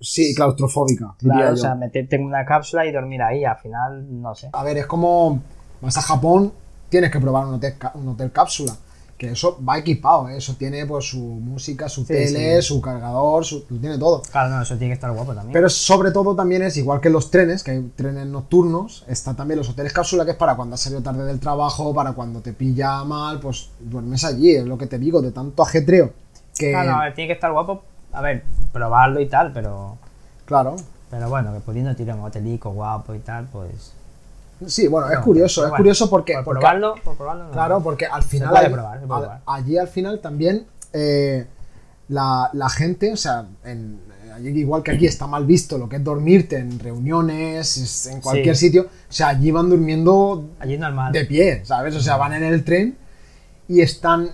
[SPEAKER 3] sí, claustrofóbica. diría
[SPEAKER 1] Claro, o
[SPEAKER 3] yo.
[SPEAKER 1] sea, meterte en una cápsula y dormir ahí, al final, no sé.
[SPEAKER 3] A ver, es como vas a Japón, tienes que probar un hotel, ca- un hotel cápsula. Que eso va equipado, ¿eh? eso tiene pues su música, su
[SPEAKER 1] Sí,
[SPEAKER 3] tele,
[SPEAKER 1] sí.
[SPEAKER 3] su cargador, su, lo tiene todo.
[SPEAKER 1] Claro, no, eso tiene que estar guapo también.
[SPEAKER 3] Pero sobre todo también es igual que los trenes, que hay trenes nocturnos, está también los hoteles cápsula, que es para cuando has salido tarde del trabajo, para cuando te pilla mal, pues duermes allí, es lo que te digo, de tanto ajetreo. Que,
[SPEAKER 1] Claro, a ver, tiene que estar guapo, a ver, probarlo y tal, pero.
[SPEAKER 3] claro,
[SPEAKER 1] Pero bueno, que pudiendo tirar un hotelico guapo y tal, pues.
[SPEAKER 3] sí, bueno, es
[SPEAKER 1] No,
[SPEAKER 3] curioso,
[SPEAKER 1] pero
[SPEAKER 3] es
[SPEAKER 1] bueno,
[SPEAKER 3] curioso porque,
[SPEAKER 1] por
[SPEAKER 3] porque-
[SPEAKER 1] probarlo, por probarlo. no.
[SPEAKER 3] Claro, porque al final.
[SPEAKER 1] puede
[SPEAKER 3] allí-
[SPEAKER 1] probar, se puede
[SPEAKER 3] al-
[SPEAKER 1] probar.
[SPEAKER 3] allí al final también eh, la, la gente, o sea, en- eh, allí igual que aquí está mal visto lo que es dormirte en reuniones, es- en cualquier
[SPEAKER 1] Sí.
[SPEAKER 3] sitio, o sea, allí van durmiendo
[SPEAKER 1] Allí es normal.
[SPEAKER 3] de pie, ¿sabes? O sea, van en el tren y están.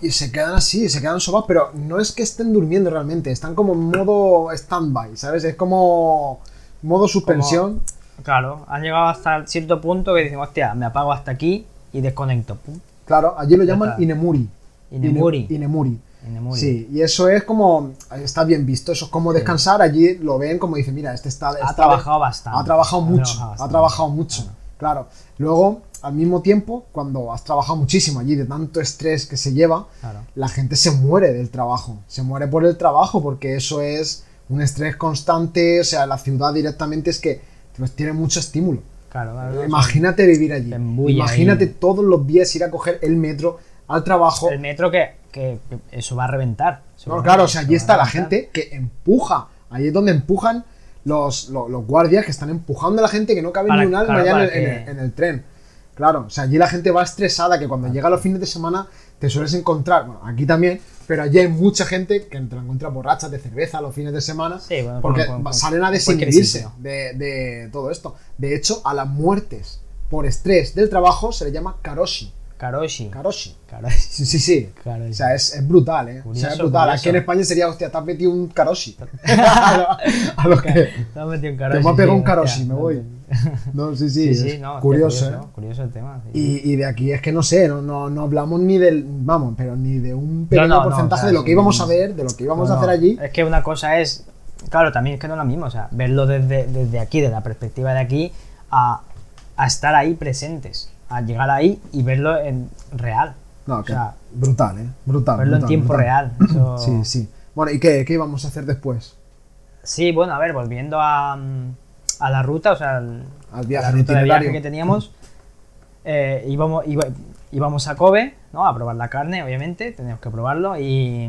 [SPEAKER 3] Y se quedan así, se quedan sobados, pero no es que estén durmiendo realmente, están como en modo stand-by, ¿sabes? Es como modo suspensión.
[SPEAKER 1] Claro, han llegado hasta cierto punto que dicen, hostia, me apago hasta aquí y desconecto. Pum.
[SPEAKER 3] Claro, allí lo
[SPEAKER 1] Ya
[SPEAKER 3] llaman
[SPEAKER 1] está.
[SPEAKER 3] Inemuri. Ine-
[SPEAKER 1] Inemuri.
[SPEAKER 3] Inemuri.
[SPEAKER 1] Inemuri.
[SPEAKER 3] Sí, y eso es como, está bien visto, eso es como descansar, allí lo ven como dice, mira, este está...
[SPEAKER 1] Ha
[SPEAKER 3] está-
[SPEAKER 1] trabajado bastante.
[SPEAKER 3] Ha trabajado mucho, ha
[SPEAKER 1] bastante.
[SPEAKER 3] trabajado mucho, claro. Luego, al mismo tiempo, cuando has trabajado muchísimo allí, de tanto estrés que se lleva,
[SPEAKER 1] Claro.
[SPEAKER 3] la gente se muere del trabajo, se muere por el trabajo, porque eso es un estrés constante, o sea, la ciudad directamente es que pues, tiene mucho estímulo.
[SPEAKER 1] Claro, claro.
[SPEAKER 3] Imagínate vivir allí,
[SPEAKER 1] Te embulle
[SPEAKER 3] imagínate
[SPEAKER 1] ahí.
[SPEAKER 3] todos los días ir a coger el metro al trabajo,
[SPEAKER 1] El metro que, que que eso va a reventar.
[SPEAKER 3] No, claro, o sea, allí
[SPEAKER 1] Eso
[SPEAKER 3] está
[SPEAKER 1] va a
[SPEAKER 3] la
[SPEAKER 1] reventar.
[SPEAKER 3] gente que empuja. Ahí es donde empujan los, lo- los, guardias que están empujando a la gente que no cabe
[SPEAKER 1] Para-
[SPEAKER 3] ni un alma
[SPEAKER 1] claro,
[SPEAKER 3] ya en
[SPEAKER 1] para
[SPEAKER 3] el, en
[SPEAKER 1] que-
[SPEAKER 3] el- en el tren. Claro, o sea, allí la gente va estresada, que cuando llega los fines de semana te sueles encontrar, bueno, aquí también, pero allí hay mucha gente que te la encuentra borrachas de cerveza los fines de semana,
[SPEAKER 1] Sí, bueno,
[SPEAKER 3] porque
[SPEAKER 1] con- con- con-
[SPEAKER 3] salen a
[SPEAKER 1] con cualquier
[SPEAKER 3] desinhibirse
[SPEAKER 1] sitio.
[SPEAKER 3] de, de todo esto. De hecho, a las muertes por estrés del trabajo se le llama karoshi.
[SPEAKER 1] Karoshi.
[SPEAKER 3] Karoshi.
[SPEAKER 1] Karoshi.
[SPEAKER 3] Sí, sí, sí.
[SPEAKER 1] Karoshi.
[SPEAKER 3] O sea, es, es brutal, ¿eh? o sea, es
[SPEAKER 1] Curioso,
[SPEAKER 3] brutal.
[SPEAKER 1] curioso.
[SPEAKER 3] Aquí en España sería, hostia, te has metido un karoshi. a lo- a lo que.
[SPEAKER 1] Te has metido un
[SPEAKER 3] Te
[SPEAKER 1] karoshi.
[SPEAKER 3] voy a pegar
[SPEAKER 1] sí,
[SPEAKER 3] un
[SPEAKER 1] hostia,
[SPEAKER 3] karoshi, me
[SPEAKER 1] no
[SPEAKER 3] voy.
[SPEAKER 1] te-
[SPEAKER 3] No, sí, sí.
[SPEAKER 1] Sí,
[SPEAKER 3] es
[SPEAKER 1] sí, no. hostia,
[SPEAKER 3] curioso, ¿eh?
[SPEAKER 1] Curioso el tema. sí.
[SPEAKER 3] Y, y de aquí es que no sé, no, no, no hablamos ni del. Vamos, pero ni de un pequeño
[SPEAKER 1] no, no,
[SPEAKER 3] porcentaje
[SPEAKER 1] o sea,
[SPEAKER 3] de lo que
[SPEAKER 1] sí,
[SPEAKER 3] íbamos
[SPEAKER 1] sí.
[SPEAKER 3] a ver, de lo que íbamos
[SPEAKER 1] No,
[SPEAKER 3] a
[SPEAKER 1] no.
[SPEAKER 3] hacer allí.
[SPEAKER 1] Es que una cosa es, claro, también es que no es lo mismo, o sea, verlo desde, desde aquí, desde la perspectiva de aquí, a, a estar ahí presentes, a llegar ahí y verlo en real.
[SPEAKER 3] No,
[SPEAKER 1] o
[SPEAKER 3] que
[SPEAKER 1] sea,
[SPEAKER 3] brutal, ¿eh? Brutal.
[SPEAKER 1] verlo en
[SPEAKER 3] brutal,
[SPEAKER 1] tiempo
[SPEAKER 3] brutal.
[SPEAKER 1] real. eso-
[SPEAKER 3] Sí, sí. Bueno, ¿y qué, qué íbamos a hacer después?
[SPEAKER 1] Sí, bueno, a ver, volviendo a, mm, a la ruta, o sea, al,
[SPEAKER 3] Al
[SPEAKER 1] a
[SPEAKER 3] viaje,
[SPEAKER 1] la ruta de
[SPEAKER 3] al
[SPEAKER 1] viaje
[SPEAKER 3] itinerario.
[SPEAKER 1] que teníamos, eh, íbamos, iba- íbamos a Kobe, ¿no? A probar la carne, obviamente, teníamos que probarlo y,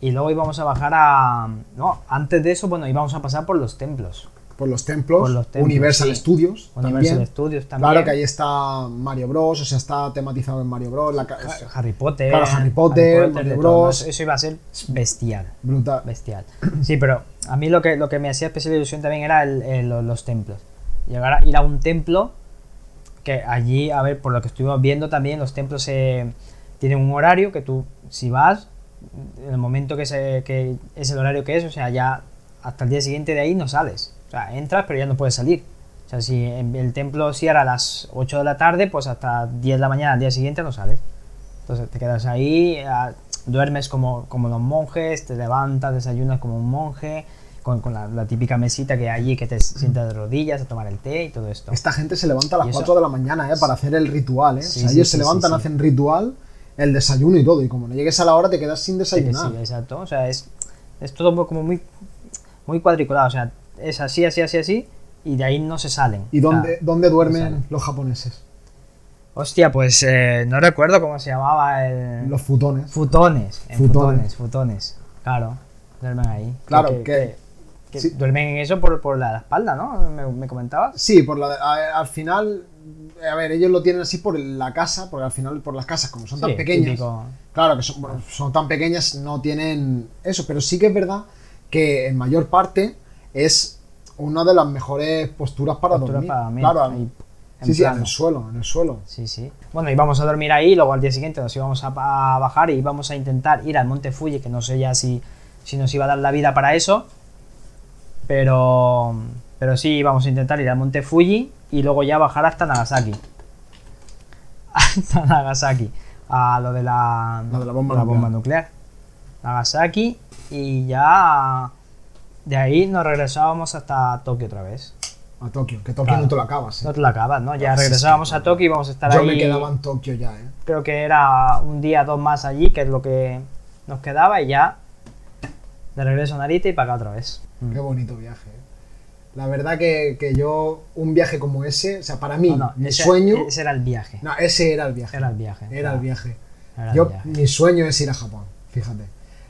[SPEAKER 1] y luego íbamos a bajar a... No, antes de eso, bueno, íbamos a pasar por los templos.
[SPEAKER 3] Por los templos,
[SPEAKER 1] Por los templos,
[SPEAKER 3] Universal
[SPEAKER 1] sí.
[SPEAKER 3] Studios.
[SPEAKER 1] Universal
[SPEAKER 3] también.
[SPEAKER 1] Studios también.
[SPEAKER 3] Claro que ahí está Mario Bros, o sea, está tematizado en Mario Bros, la ca- es
[SPEAKER 1] Harry Potter.
[SPEAKER 3] Claro, Harry Potter, Mario
[SPEAKER 1] de todo,
[SPEAKER 3] Bros.
[SPEAKER 1] ¿no? Eso iba a ser bestial.
[SPEAKER 3] brutal.
[SPEAKER 1] Bestial. Sí, pero a mí lo que, lo que me hacía especial ilusión también era el- el- lo- los templos. Llegar a ir a un templo que allí, a ver, por lo que estuvimos viendo también, los templos eh, tienen un horario que tú, si vas, en el momento que, se, que es el horario que es, o sea, ya hasta el día siguiente de ahí no sales. O sea, entras, pero ya no puedes salir. O sea, si en- el templo cierra a las 8 de la tarde, pues hasta 10 de la mañana al día siguiente no sales. Entonces te quedas ahí, a- duermes como, como los monjes, te levantas, desayunas como un monje, con, con la, la típica mesita que hay allí que te sientas de rodillas a tomar el té y todo esto.
[SPEAKER 3] Esta gente se levanta a las
[SPEAKER 1] Y eso-
[SPEAKER 3] 4 de la mañana, ¿eh? Para hacer el ritual, ¿eh? O
[SPEAKER 1] Sí,
[SPEAKER 3] sea,
[SPEAKER 1] sí,
[SPEAKER 3] ellos
[SPEAKER 1] sí,
[SPEAKER 3] se levantan,
[SPEAKER 1] sí, sí.
[SPEAKER 3] hacen ritual, el desayuno y todo, y como no llegues a la hora te quedas sin
[SPEAKER 1] Sí, que
[SPEAKER 3] desayunar.
[SPEAKER 1] sí, exacto. O sea, es, es todo muy- como muy, muy cuadriculado. O sea, es así, así, así, así, y de ahí no se salen.
[SPEAKER 3] ¿Y
[SPEAKER 1] O sea,
[SPEAKER 3] dónde, dónde duermen
[SPEAKER 1] salen.
[SPEAKER 3] los japoneses?
[SPEAKER 1] Hostia, pues eh, no recuerdo cómo se llamaba el...
[SPEAKER 3] Los futones.
[SPEAKER 1] Futones, en
[SPEAKER 3] Futones.
[SPEAKER 1] futones, futones, Claro, duermen ahí.
[SPEAKER 3] Claro,
[SPEAKER 1] Que-
[SPEAKER 3] que-
[SPEAKER 1] que- que
[SPEAKER 3] sí.
[SPEAKER 1] duermen en eso por, por la, la espalda, ¿no? Me, me comentabas.
[SPEAKER 3] Sí, por la, a- al eh, final, a ver, ellos lo tienen así por la casa, porque al final por las casas, como son tan
[SPEAKER 1] Sí,
[SPEAKER 3] pequeñas,
[SPEAKER 1] típico.
[SPEAKER 3] Claro, que son, bueno, son tan pequeñas, no tienen eso, pero sí que es verdad que en mayor parte es una de las mejores posturas para
[SPEAKER 1] Postura
[SPEAKER 3] dormir.
[SPEAKER 1] para dormir,
[SPEAKER 3] Claro,
[SPEAKER 1] ahí, en
[SPEAKER 3] sí, sí, en
[SPEAKER 1] plano.
[SPEAKER 3] el suelo, en el suelo.
[SPEAKER 1] Sí, sí. Bueno, íbamos a dormir ahí, luego al día siguiente nos íbamos a, pa- a bajar y íbamos a intentar ir al Monte Fuji, que no sé ya si, si nos iba a dar la vida para eso. Pero, pero sí, íbamos a intentar ir al Monte Fuji y luego ya bajar hasta Nagasaki. Hasta Nagasaki. A lo de la,
[SPEAKER 3] Lo de la bomba nuclear.
[SPEAKER 1] nuclear. Nagasaki y ya de ahí nos regresábamos hasta Tokio otra vez.
[SPEAKER 3] A Tokio, que Tokio
[SPEAKER 1] Claro.
[SPEAKER 3] no te lo acabas. ¿eh?
[SPEAKER 1] No te la acabas, ¿no? Ya
[SPEAKER 3] Sí, sí,
[SPEAKER 1] regresábamos
[SPEAKER 3] sí.
[SPEAKER 1] a Tokio y íbamos a estar
[SPEAKER 3] Yo
[SPEAKER 1] ahí
[SPEAKER 3] me quedaba en Tokio ya, ¿eh?
[SPEAKER 1] creo que era un día dos más allí, que es lo que nos quedaba, y ya de regreso a Narita y para acá otra vez.
[SPEAKER 3] Qué bonito viaje. ¿eh? La verdad que, que yo, un viaje como ese, o sea, para mí,
[SPEAKER 1] No, no,
[SPEAKER 3] mi
[SPEAKER 1] ese-
[SPEAKER 3] sueño...
[SPEAKER 1] Ese era el viaje.
[SPEAKER 3] No, ese era el viaje.
[SPEAKER 1] Era el viaje.
[SPEAKER 3] Era el viaje.
[SPEAKER 1] era el
[SPEAKER 3] Yo,
[SPEAKER 1] viaje.
[SPEAKER 3] mi sueño es ir a Japón, fíjate.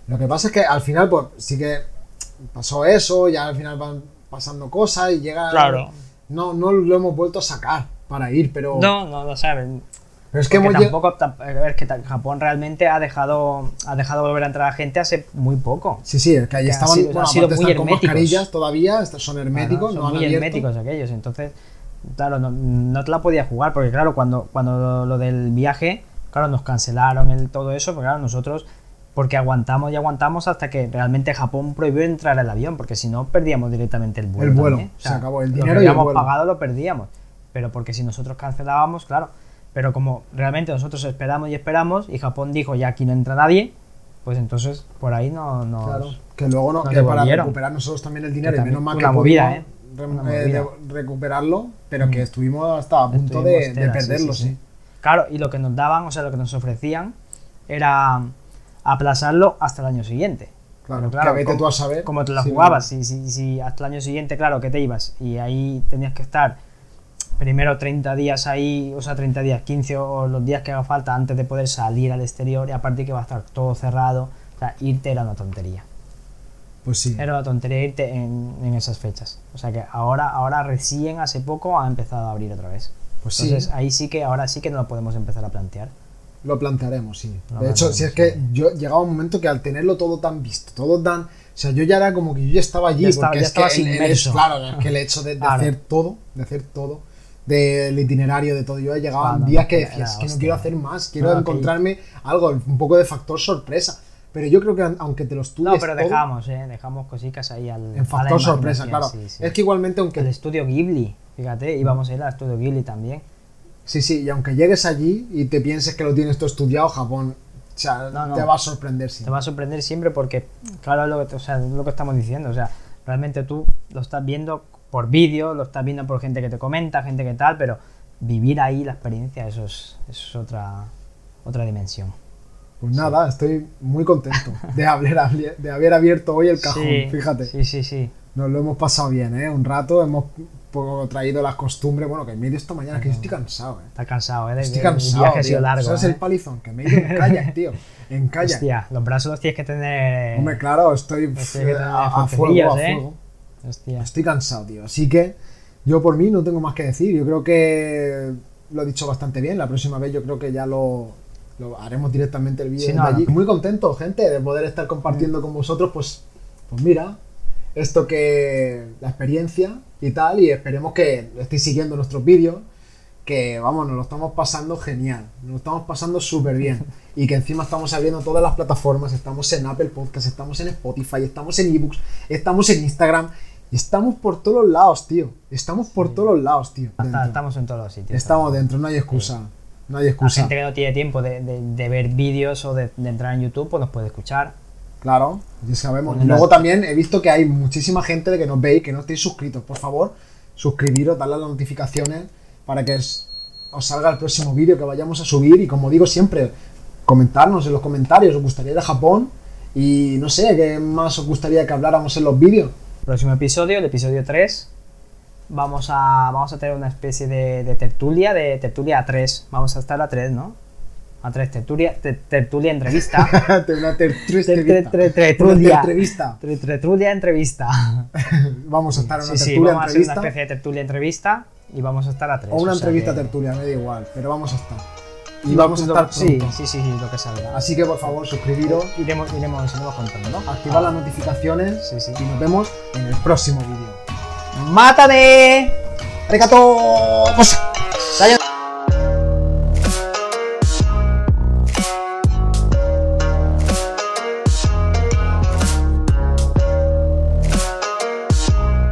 [SPEAKER 3] Lo que pasa es que al final, pues, sí que pasó eso, ya al final van pasando cosas y llega...
[SPEAKER 1] Claro.
[SPEAKER 3] No, no lo hemos vuelto a sacar para ir, pero...
[SPEAKER 1] No, no lo saben.
[SPEAKER 3] pero es que
[SPEAKER 1] Que
[SPEAKER 3] hemos llegado...
[SPEAKER 1] tampoco, tam- a ver, que ta- Japón realmente ha dejado, ha dejado volver a entrar a gente hace muy poco.
[SPEAKER 3] Sí, sí, es que ahí
[SPEAKER 1] Que ha
[SPEAKER 3] estaban...
[SPEAKER 1] sido- han
[SPEAKER 3] bueno,
[SPEAKER 1] sido
[SPEAKER 3] aparte
[SPEAKER 1] muy
[SPEAKER 3] están con
[SPEAKER 1] herméticos.
[SPEAKER 3] mascarillas todavía, est- son herméticos,
[SPEAKER 1] Claro,
[SPEAKER 3] no
[SPEAKER 1] son
[SPEAKER 3] han
[SPEAKER 1] muy
[SPEAKER 3] abierto.
[SPEAKER 1] herméticos aquellos. Entonces, claro, no, no te la podía jugar, porque claro, cuando, cuando lo, lo del viaje, claro, nos cancelaron el, todo eso, pero claro, nosotros, porque aguantamos y aguantamos hasta que realmente Japón prohibió entrar al avión, porque si no, perdíamos directamente el vuelo.
[SPEAKER 3] El vuelo,
[SPEAKER 1] también.
[SPEAKER 3] se acabó el
[SPEAKER 1] lo que
[SPEAKER 3] dinero y el
[SPEAKER 1] habíamos
[SPEAKER 3] vuelo.
[SPEAKER 1] pagado lo perdíamos, pero porque si nosotros cancelábamos, claro, pero como realmente nosotros esperamos y esperamos, y Japón dijo, ya aquí no entra nadie, pues entonces por ahí no, nos-
[SPEAKER 3] Claro, que luego no,
[SPEAKER 1] nos
[SPEAKER 3] que para
[SPEAKER 1] devolvieron.
[SPEAKER 3] recuperar nosotros también el dinero,
[SPEAKER 1] Que
[SPEAKER 3] y menos
[SPEAKER 1] también
[SPEAKER 3] mal que
[SPEAKER 1] una movida,
[SPEAKER 3] pudimos re-
[SPEAKER 1] Una Mm.
[SPEAKER 3] eh, de- recuperarlo, pero que estuvimos hasta a punto de,
[SPEAKER 1] Estuvimos
[SPEAKER 3] de
[SPEAKER 1] tela, sí,
[SPEAKER 3] perderlo, sí.
[SPEAKER 1] sí, sí. Claro, y lo que nos daban, o sea, lo que nos ofrecían era aplazarlo hasta el año siguiente.
[SPEAKER 3] Claro,
[SPEAKER 1] Pero claro,
[SPEAKER 3] que vete
[SPEAKER 1] como-
[SPEAKER 3] tú a saber.
[SPEAKER 1] Como te la
[SPEAKER 3] si-
[SPEAKER 1] jugabas, si, si, si hasta el año siguiente, claro, que te ibas y ahí tenías que estar primero 30 días ahí, o sea, 30 días, 15 o los días que haga falta antes de poder salir al exterior y aparte que va a estar todo cerrado. O sea, irte era una tontería.
[SPEAKER 3] Pues sí.
[SPEAKER 1] Era una tontería irte en, en esas fechas. O sea que ahora, ahora recién hace poco ha empezado a abrir otra vez.
[SPEAKER 3] Pues sí.
[SPEAKER 1] Entonces ahí sí que ahora sí que no lo podemos empezar a plantear.
[SPEAKER 3] Lo plantearemos, sí.
[SPEAKER 1] Lo
[SPEAKER 3] de hecho,
[SPEAKER 1] plantearemos,
[SPEAKER 3] si es que yo llegaba un momento que al tenerlo todo tan visto, todo tan. O sea, yo ya era como que yo ya estaba allí.
[SPEAKER 1] Ya estaba-
[SPEAKER 3] porque
[SPEAKER 1] ya
[SPEAKER 3] es que
[SPEAKER 1] estabas
[SPEAKER 3] el- el-
[SPEAKER 1] inmerso.
[SPEAKER 3] claro, es que el hecho de, de
[SPEAKER 1] Claro.
[SPEAKER 3] hacer todo, de hacer todo, del itinerario, de todo. Yo llegaba
[SPEAKER 1] Ah, no,
[SPEAKER 3] días
[SPEAKER 1] no,
[SPEAKER 3] que
[SPEAKER 1] era-
[SPEAKER 3] decías
[SPEAKER 1] era
[SPEAKER 3] que no
[SPEAKER 1] hostia.
[SPEAKER 3] quiero hacer más, quiero
[SPEAKER 1] No, que-
[SPEAKER 3] encontrarme algo, un poco de factor sorpresa. Pero yo creo que an- aunque te lo estudies.
[SPEAKER 1] No, pero
[SPEAKER 3] todo,
[SPEAKER 1] dejamos, eh, dejamos cositas ahí al.
[SPEAKER 3] En
[SPEAKER 1] a la
[SPEAKER 3] factor sorpresa, claro.
[SPEAKER 1] imaginación, sí, sí.
[SPEAKER 3] Es que igualmente, aunque
[SPEAKER 1] El estudio Ghibli, fíjate, íbamos a ir al estudio Ghibli también.
[SPEAKER 3] Sí, sí, y aunque llegues allí y te pienses que lo tienes todo estudiado, Japón, o sea,
[SPEAKER 1] No, no.
[SPEAKER 3] te va a sorprender, sí.
[SPEAKER 1] Te va a sorprender siempre porque, claro, es lo que, te- o sea, es lo que estamos diciendo. O sea, realmente tú lo estás viendo por vídeo, lo estás viendo por gente que te comenta, gente que tal, pero vivir ahí la experiencia, eso es, eso es otra, otra dimensión.
[SPEAKER 3] Pues nada, estoy muy contento de haber, abri- de haber abierto hoy el cajón,
[SPEAKER 1] Sí,
[SPEAKER 3] fíjate.
[SPEAKER 1] Sí, sí, sí.
[SPEAKER 3] Nos lo hemos pasado bien, ¿eh? Un rato, hemos poco traído las costumbres. Bueno, que me he ido esta mañana, que yo estoy cansado, ¿eh?
[SPEAKER 1] Está cansado, ¿eh? De-
[SPEAKER 3] Estoy
[SPEAKER 1] de- el
[SPEAKER 3] cansado.
[SPEAKER 1] viaje ha
[SPEAKER 3] tío.
[SPEAKER 1] sido largo.
[SPEAKER 3] ¿Sabes
[SPEAKER 1] ¿eh?
[SPEAKER 3] el palizón? Que me he ido en kayak, tío. En kayak.
[SPEAKER 1] Hostia, los brazos los tienes que tener.
[SPEAKER 3] Hombre, claro, estoy
[SPEAKER 1] Pues
[SPEAKER 3] pf,
[SPEAKER 1] tiene que tener
[SPEAKER 3] a, a fuego,
[SPEAKER 1] fuertecillas,
[SPEAKER 3] a
[SPEAKER 1] ¿eh?
[SPEAKER 3] fuego.
[SPEAKER 1] Hostia.
[SPEAKER 3] Estoy cansado, tío. Así que yo por mí no tengo más que decir. Yo creo que lo he dicho bastante bien. La próxima vez yo creo que ya lo, lo haremos directamente el vídeo
[SPEAKER 1] Sí,
[SPEAKER 3] desde
[SPEAKER 1] no,
[SPEAKER 3] allí.
[SPEAKER 1] no. Mm.
[SPEAKER 3] Muy contento, gente, de poder estar compartiendo con vosotros. Pues, pues mira, esto que la experiencia y tal. Y esperemos que estéis siguiendo nuestros vídeos. Que vamos, nos lo estamos pasando genial, nos lo estamos pasando súper bien. Y que encima estamos abriendo todas las plataformas, estamos en Apple Podcast, estamos en Spotify, estamos en eBooks, estamos en Instagram, estamos por todos los lados, tío. Estamos por todos los lados, tío.
[SPEAKER 1] Está-
[SPEAKER 3] Dentro.
[SPEAKER 1] estamos en todos los sitios.
[SPEAKER 3] Estamos dentro, no hay excusa. No hay
[SPEAKER 1] La
[SPEAKER 3] excusa.
[SPEAKER 1] gente que no tiene tiempo de, de- de ver vídeos o de, de entrar en YouTube, pues nos puede escuchar.
[SPEAKER 3] Claro, ya sabemos.
[SPEAKER 1] Pues
[SPEAKER 3] Y luego
[SPEAKER 1] nada.
[SPEAKER 3] también he visto que hay muchísima gente de que nos veis, que no estáis suscritos. Por favor, suscribiros, darle a las notificaciones para que os os salga el próximo vídeo que vayamos a subir. Y como digo siempre, comentarnos en los comentarios, os gustaría ir a Japón. Y no sé, ¿qué más os gustaría que habláramos en los vídeos?
[SPEAKER 1] Próximo episodio, el episodio 3. Vamos a, vamos a tener una especie de, de tertulia, de tertulia a 3. Vamos a estar a 3, ¿no? A 3, tertulia, te- tertulia entrevista.
[SPEAKER 3] Te- una ter- triste
[SPEAKER 1] Ter-
[SPEAKER 3] vista.
[SPEAKER 1] ter- ter-
[SPEAKER 3] Una ter-
[SPEAKER 1] tertulia.
[SPEAKER 3] entrevista.
[SPEAKER 1] Ter- tertulia entrevista.
[SPEAKER 3] Vamos a estar en una
[SPEAKER 1] Sí, sí,
[SPEAKER 3] tertulia
[SPEAKER 1] vamos a hacer una
[SPEAKER 3] entrevista.
[SPEAKER 1] especie de tertulia entrevista y vamos a estar a 3.
[SPEAKER 3] O una entrevista tertulia, me da igual, pero vamos a estar. y vamos a
[SPEAKER 1] pues Lo-
[SPEAKER 3] estar
[SPEAKER 1] sí,
[SPEAKER 3] pronto.
[SPEAKER 1] sí, sí, sí, lo que salga.
[SPEAKER 3] Así que por favor, suscribiros,
[SPEAKER 1] Iremos, iremos, iremos contando, ¿no?
[SPEAKER 3] activad las notificaciones
[SPEAKER 1] Sí, sí.
[SPEAKER 3] y nos vemos en el próximo vídeo.
[SPEAKER 1] ¡Mátame!
[SPEAKER 3] ¡Arigato!
[SPEAKER 1] ¡Sayonara!